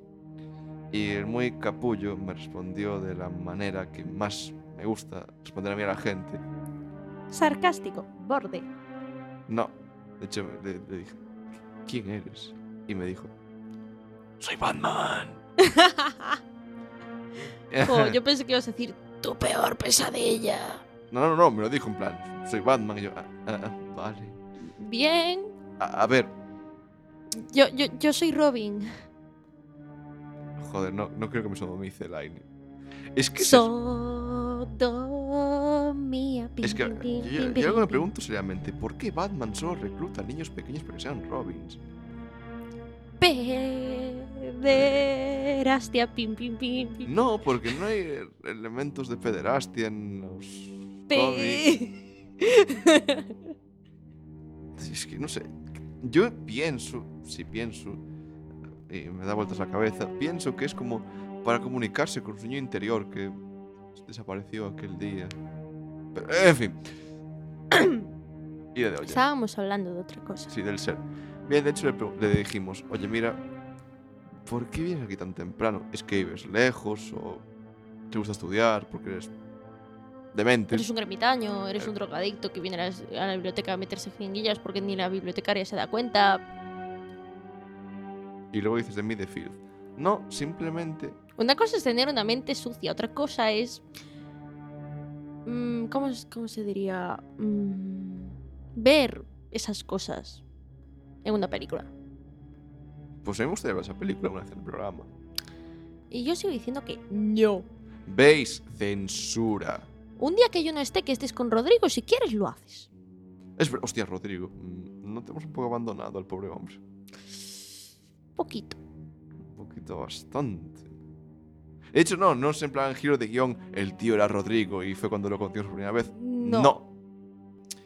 [SPEAKER 2] Y el muy capullo me respondió de la manera que más me gusta responder a mí a la gente.
[SPEAKER 1] Sarcástico, [LAUGHS] borde.
[SPEAKER 2] No. De hecho, le, le dije, ¿quién eres? Y me dijo, soy Batman.
[SPEAKER 1] Jo, Oh, [LAUGHS] yo pensé que ibas a decir tu peor pesadilla.
[SPEAKER 2] [LAUGHS] No, no, no, me lo dijo en plan, soy Batman. Y yo, "Ah, ah, ah, vale.
[SPEAKER 1] Bien.
[SPEAKER 2] A, a ver,
[SPEAKER 1] Yo, yo, yo soy Robin.
[SPEAKER 2] joder, no, no creo que me sodomice el aire. Es que, es,
[SPEAKER 1] Sodomía. pim,
[SPEAKER 2] es que
[SPEAKER 1] pim, pim,
[SPEAKER 2] yo,
[SPEAKER 1] pim,
[SPEAKER 2] yo,
[SPEAKER 1] pim,
[SPEAKER 2] yo algo me
[SPEAKER 1] pim.
[SPEAKER 2] pregunto seriamente, ¿por qué Batman solo recluta niños pequeños para que sean Robins?
[SPEAKER 1] Pederastia, pim, pim, pim, pim.
[SPEAKER 2] No, porque no hay elementos de pederastia en los cómics.
[SPEAKER 1] Pe-
[SPEAKER 2] Es que no sé. Yo pienso, si pienso, y me da vueltas la cabeza, pienso que es como para comunicarse con su niño interior que desapareció aquel día. Pero, en fin. [COUGHS] y de oye.
[SPEAKER 1] Estábamos hablando de otra cosa.
[SPEAKER 2] Sí, del ser. Bien, de hecho le, pregu- le dijimos, oye, mira, ¿por qué vienes aquí tan temprano? ¿Es que vives lejos o te gusta estudiar porque eres demente?
[SPEAKER 1] Eres un gremitaño, eres un drogadicto que viene a las- a la, biblioteca a meterse jeringuillas porque ni la bibliotecaria se da cuenta.
[SPEAKER 2] Y luego dices de mí de Field. No, simplemente
[SPEAKER 1] Una cosa es tener una mente sucia, otra cosa es. mm, ¿Cómo, es- cómo se diría? Mm, ver esas cosas en una película.
[SPEAKER 2] Pues a mí me gustaría ver esa película una vez en el programa.
[SPEAKER 1] Y yo sigo diciendo que no.
[SPEAKER 2] ¿Veis? Censura.
[SPEAKER 1] Un día que yo no esté, que estés con Rodrigo, si quieres lo haces.
[SPEAKER 2] Es ver- Hostia, Rodrigo. mm, No tenemos un poco abandonado al pobre hombre.
[SPEAKER 1] Poquito.
[SPEAKER 2] Un poquito bastante. De hecho, no, no es en plan giro de guión. El tío era Rodrigo y fue cuando lo conocimos por primera vez.
[SPEAKER 1] No.
[SPEAKER 2] no.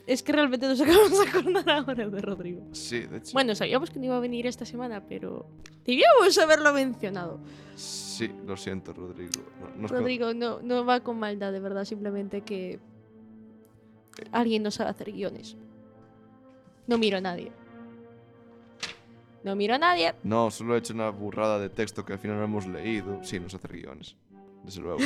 [SPEAKER 1] Es que realmente nos acabamos de acordar ahora de Rodrigo.
[SPEAKER 2] Sí, de hecho.
[SPEAKER 1] Bueno, sabíamos que no iba a venir esta semana, pero. Debíamos haberlo mencionado.
[SPEAKER 2] Sí, lo siento, Rodrigo. No- no es que-
[SPEAKER 1] Rodrigo no, no va con maldad, de verdad, simplemente que. Alguien no sabe hacer guiones. No miro a nadie. No miro a nadie.
[SPEAKER 2] No, solo he hecho una burrada de texto que al final no hemos leído. Sí, nos hace guiones.
[SPEAKER 1] [LAUGHS]
[SPEAKER 2] Desde luego.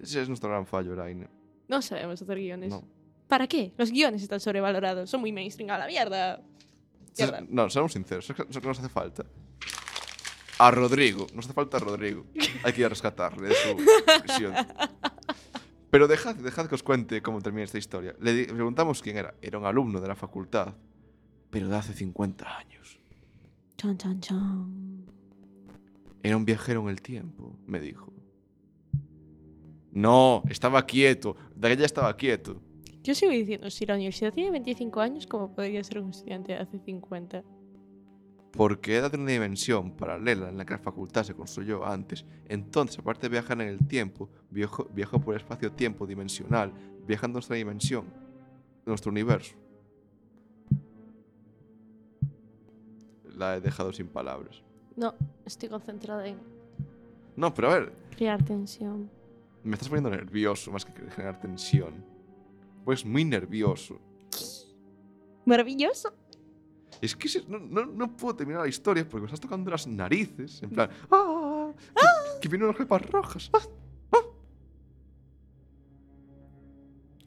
[SPEAKER 2] Ese es nuestro gran fallo, Eraine.
[SPEAKER 1] No sabemos hacer guiones.
[SPEAKER 2] No.
[SPEAKER 1] ¿Para qué? Los guiones están sobrevalorados. Son muy mainstream a la mierda.
[SPEAKER 2] Se-
[SPEAKER 1] Mierda.
[SPEAKER 2] No, seamos sinceros, eso que nos hace falta. A Rodrigo, nos hace falta a Rodrigo. Hay que ir a rescatarle de su prisión. Pero dejad, dejad que os cuente cómo termina esta historia. Le di- preguntamos quién era. Era un alumno de la facultad, pero de hace 50 años.
[SPEAKER 1] Chan, chan, chan.
[SPEAKER 2] Era un viajero en el tiempo, me dijo. No, estaba quieto. De aquella estaba quieto.
[SPEAKER 1] Yo sigo diciendo, si la universidad tiene 25 años, ¿cómo podría ser un estudiante de hace 50?
[SPEAKER 2] porque era de una dimensión paralela en la que la facultad se construyó antes. Entonces, aparte de viajar en el tiempo, viajó, viajó por el espacio-tiempo dimensional, viajando a nuestra dimensión, nuestro universo. La he dejado sin palabras.
[SPEAKER 1] No, estoy concentrada en
[SPEAKER 2] No, pero a ver,
[SPEAKER 1] crear tensión.
[SPEAKER 2] me estás poniendo nervioso más que generar tensión. Pues muy nervioso.
[SPEAKER 1] Maravilloso.
[SPEAKER 2] Es que se- no, no- no puedo terminar la historia porque me estás tocando las narices. En plan, ¡ah! Que, que vienen las capas rojas. ¡ah!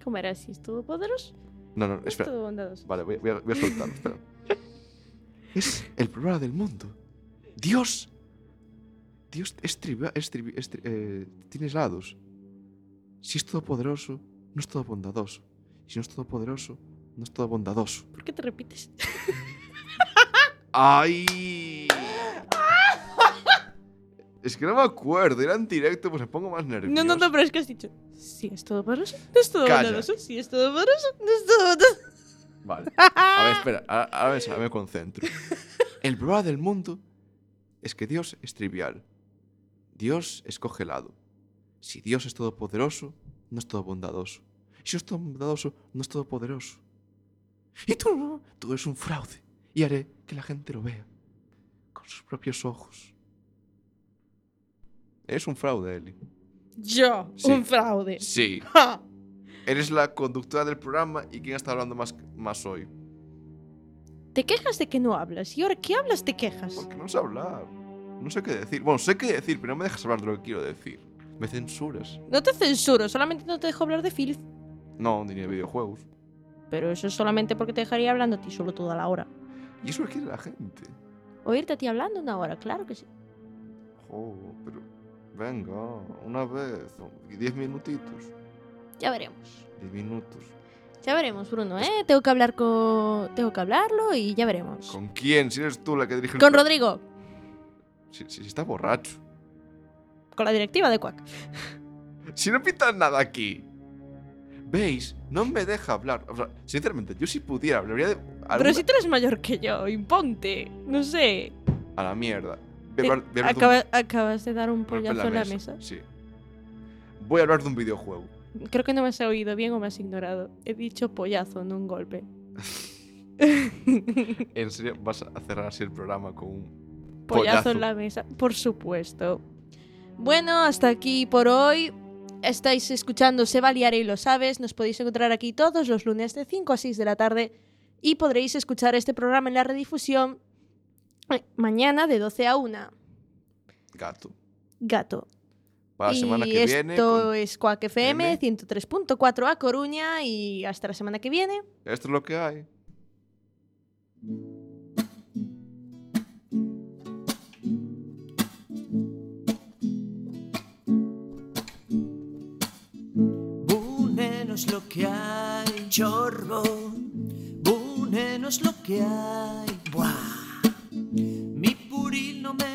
[SPEAKER 1] ¿Cómo era así? ¿Estuvo poderoso?
[SPEAKER 2] No, no, espera.
[SPEAKER 1] Todo bondadoso.
[SPEAKER 2] Vale, voy, a- voy a, voy a soltarlo, espera. Es el problema del mundo. Dios. Dios es trivial. tiene lados. Si es todopoderoso, no es todo bondadoso. Y si no es todopoderoso, no es todo bondadoso.
[SPEAKER 1] ¿Por qué te repites? [LAUGHS]
[SPEAKER 2] ¡Ay! Es que no me acuerdo, era en directo, pues me pongo más nervioso.
[SPEAKER 1] No, no, no, pero es que has dicho. Si es todo poderoso, no es todo
[SPEAKER 2] Calla.
[SPEAKER 1] bondadoso. Si es todo poderoso, no es todo bondadoso. [LAUGHS]
[SPEAKER 2] Vale. A ver, espera, a- a ver, a- me concentro. El problema del mundo es que Dios es trivial. Dios es congelado. Si Dios es todopoderoso, no es todo bondadoso. Y Si es todo bondadoso, no es todopoderoso. Y tú no, tú eres un fraude. Y haré que la gente lo vea con sus propios ojos. Eres un fraude, Eli.
[SPEAKER 1] Yo,
[SPEAKER 2] Sí.
[SPEAKER 1] un fraude.
[SPEAKER 2] Sí.
[SPEAKER 1] Ja.
[SPEAKER 2] Eres la conductora del programa y quien está hablando más, más hoy.
[SPEAKER 1] Te quejas de que no hablas y ahora que hablas te quejas.
[SPEAKER 2] Porque no sé hablar. No sé qué decir. Bueno, sé qué decir, pero no me dejas hablar de lo que quiero decir. Me censuras.
[SPEAKER 1] No te censuro, solamente no te dejo hablar de Phil.
[SPEAKER 2] No, ni de videojuegos.
[SPEAKER 1] Pero eso es solamente porque te dejaría hablando a ti solo toda la hora.
[SPEAKER 2] Y eso lo quiere la gente.
[SPEAKER 1] Oírte a ti hablando una hora, claro que sí.
[SPEAKER 2] Jo, pero. Venga, una vez. Y diez minutitos.
[SPEAKER 1] Ya veremos.
[SPEAKER 2] Diez minutos.
[SPEAKER 1] Ya veremos, Bruno, ¿eh? Tengo que hablar con... Tengo que hablarlo y ya veremos. Con,
[SPEAKER 2] ¿Con quién? Si eres tú la que dirige el pro-
[SPEAKER 1] Rodrigo,
[SPEAKER 2] Si, si- si está borracho.
[SPEAKER 1] con la directiva de Quack.
[SPEAKER 2] Si no pintan nada aquí. ¿Veis? No me deja hablar. O sea, sinceramente, yo si pudiera, hablaría de. alguna-
[SPEAKER 1] Pero si tú eres mayor que yo, imponte. No sé.
[SPEAKER 2] A la mierda. Voy
[SPEAKER 1] Eh,
[SPEAKER 2] a hablar, voy a hablar de un-
[SPEAKER 1] acaba- Acabas de dar un
[SPEAKER 2] golpe en
[SPEAKER 1] pollazo en la mesa.
[SPEAKER 2] Sí. Voy a hablar de un videojuego.
[SPEAKER 1] Creo que no me has oído bien o me has ignorado. He dicho pollazo, no un golpe.
[SPEAKER 2] ¿En serio vas a cerrar así el programa con un.
[SPEAKER 1] Pollazo
[SPEAKER 2] Pollazo.
[SPEAKER 1] en la mesa, por supuesto. Bueno, hasta aquí por hoy. Estáis escuchando Se va a liar y lo sabes. Nos podéis encontrar aquí todos los lunes de 5 a 6 de la tarde y podréis escuchar este programa en la redifusión eh, mañana de 12 a 1.
[SPEAKER 2] gato?
[SPEAKER 1] Gato.
[SPEAKER 2] Para la
[SPEAKER 1] y
[SPEAKER 2] semana que
[SPEAKER 1] esto
[SPEAKER 2] viene. con-
[SPEAKER 1] es Quack FM
[SPEAKER 2] M.
[SPEAKER 1] 103.4 a Coruña y hasta la semana que viene.
[SPEAKER 2] Esto es lo que hay.
[SPEAKER 3] Búnenos lo que hay, chorbo. Búnenos lo que hay. Buah.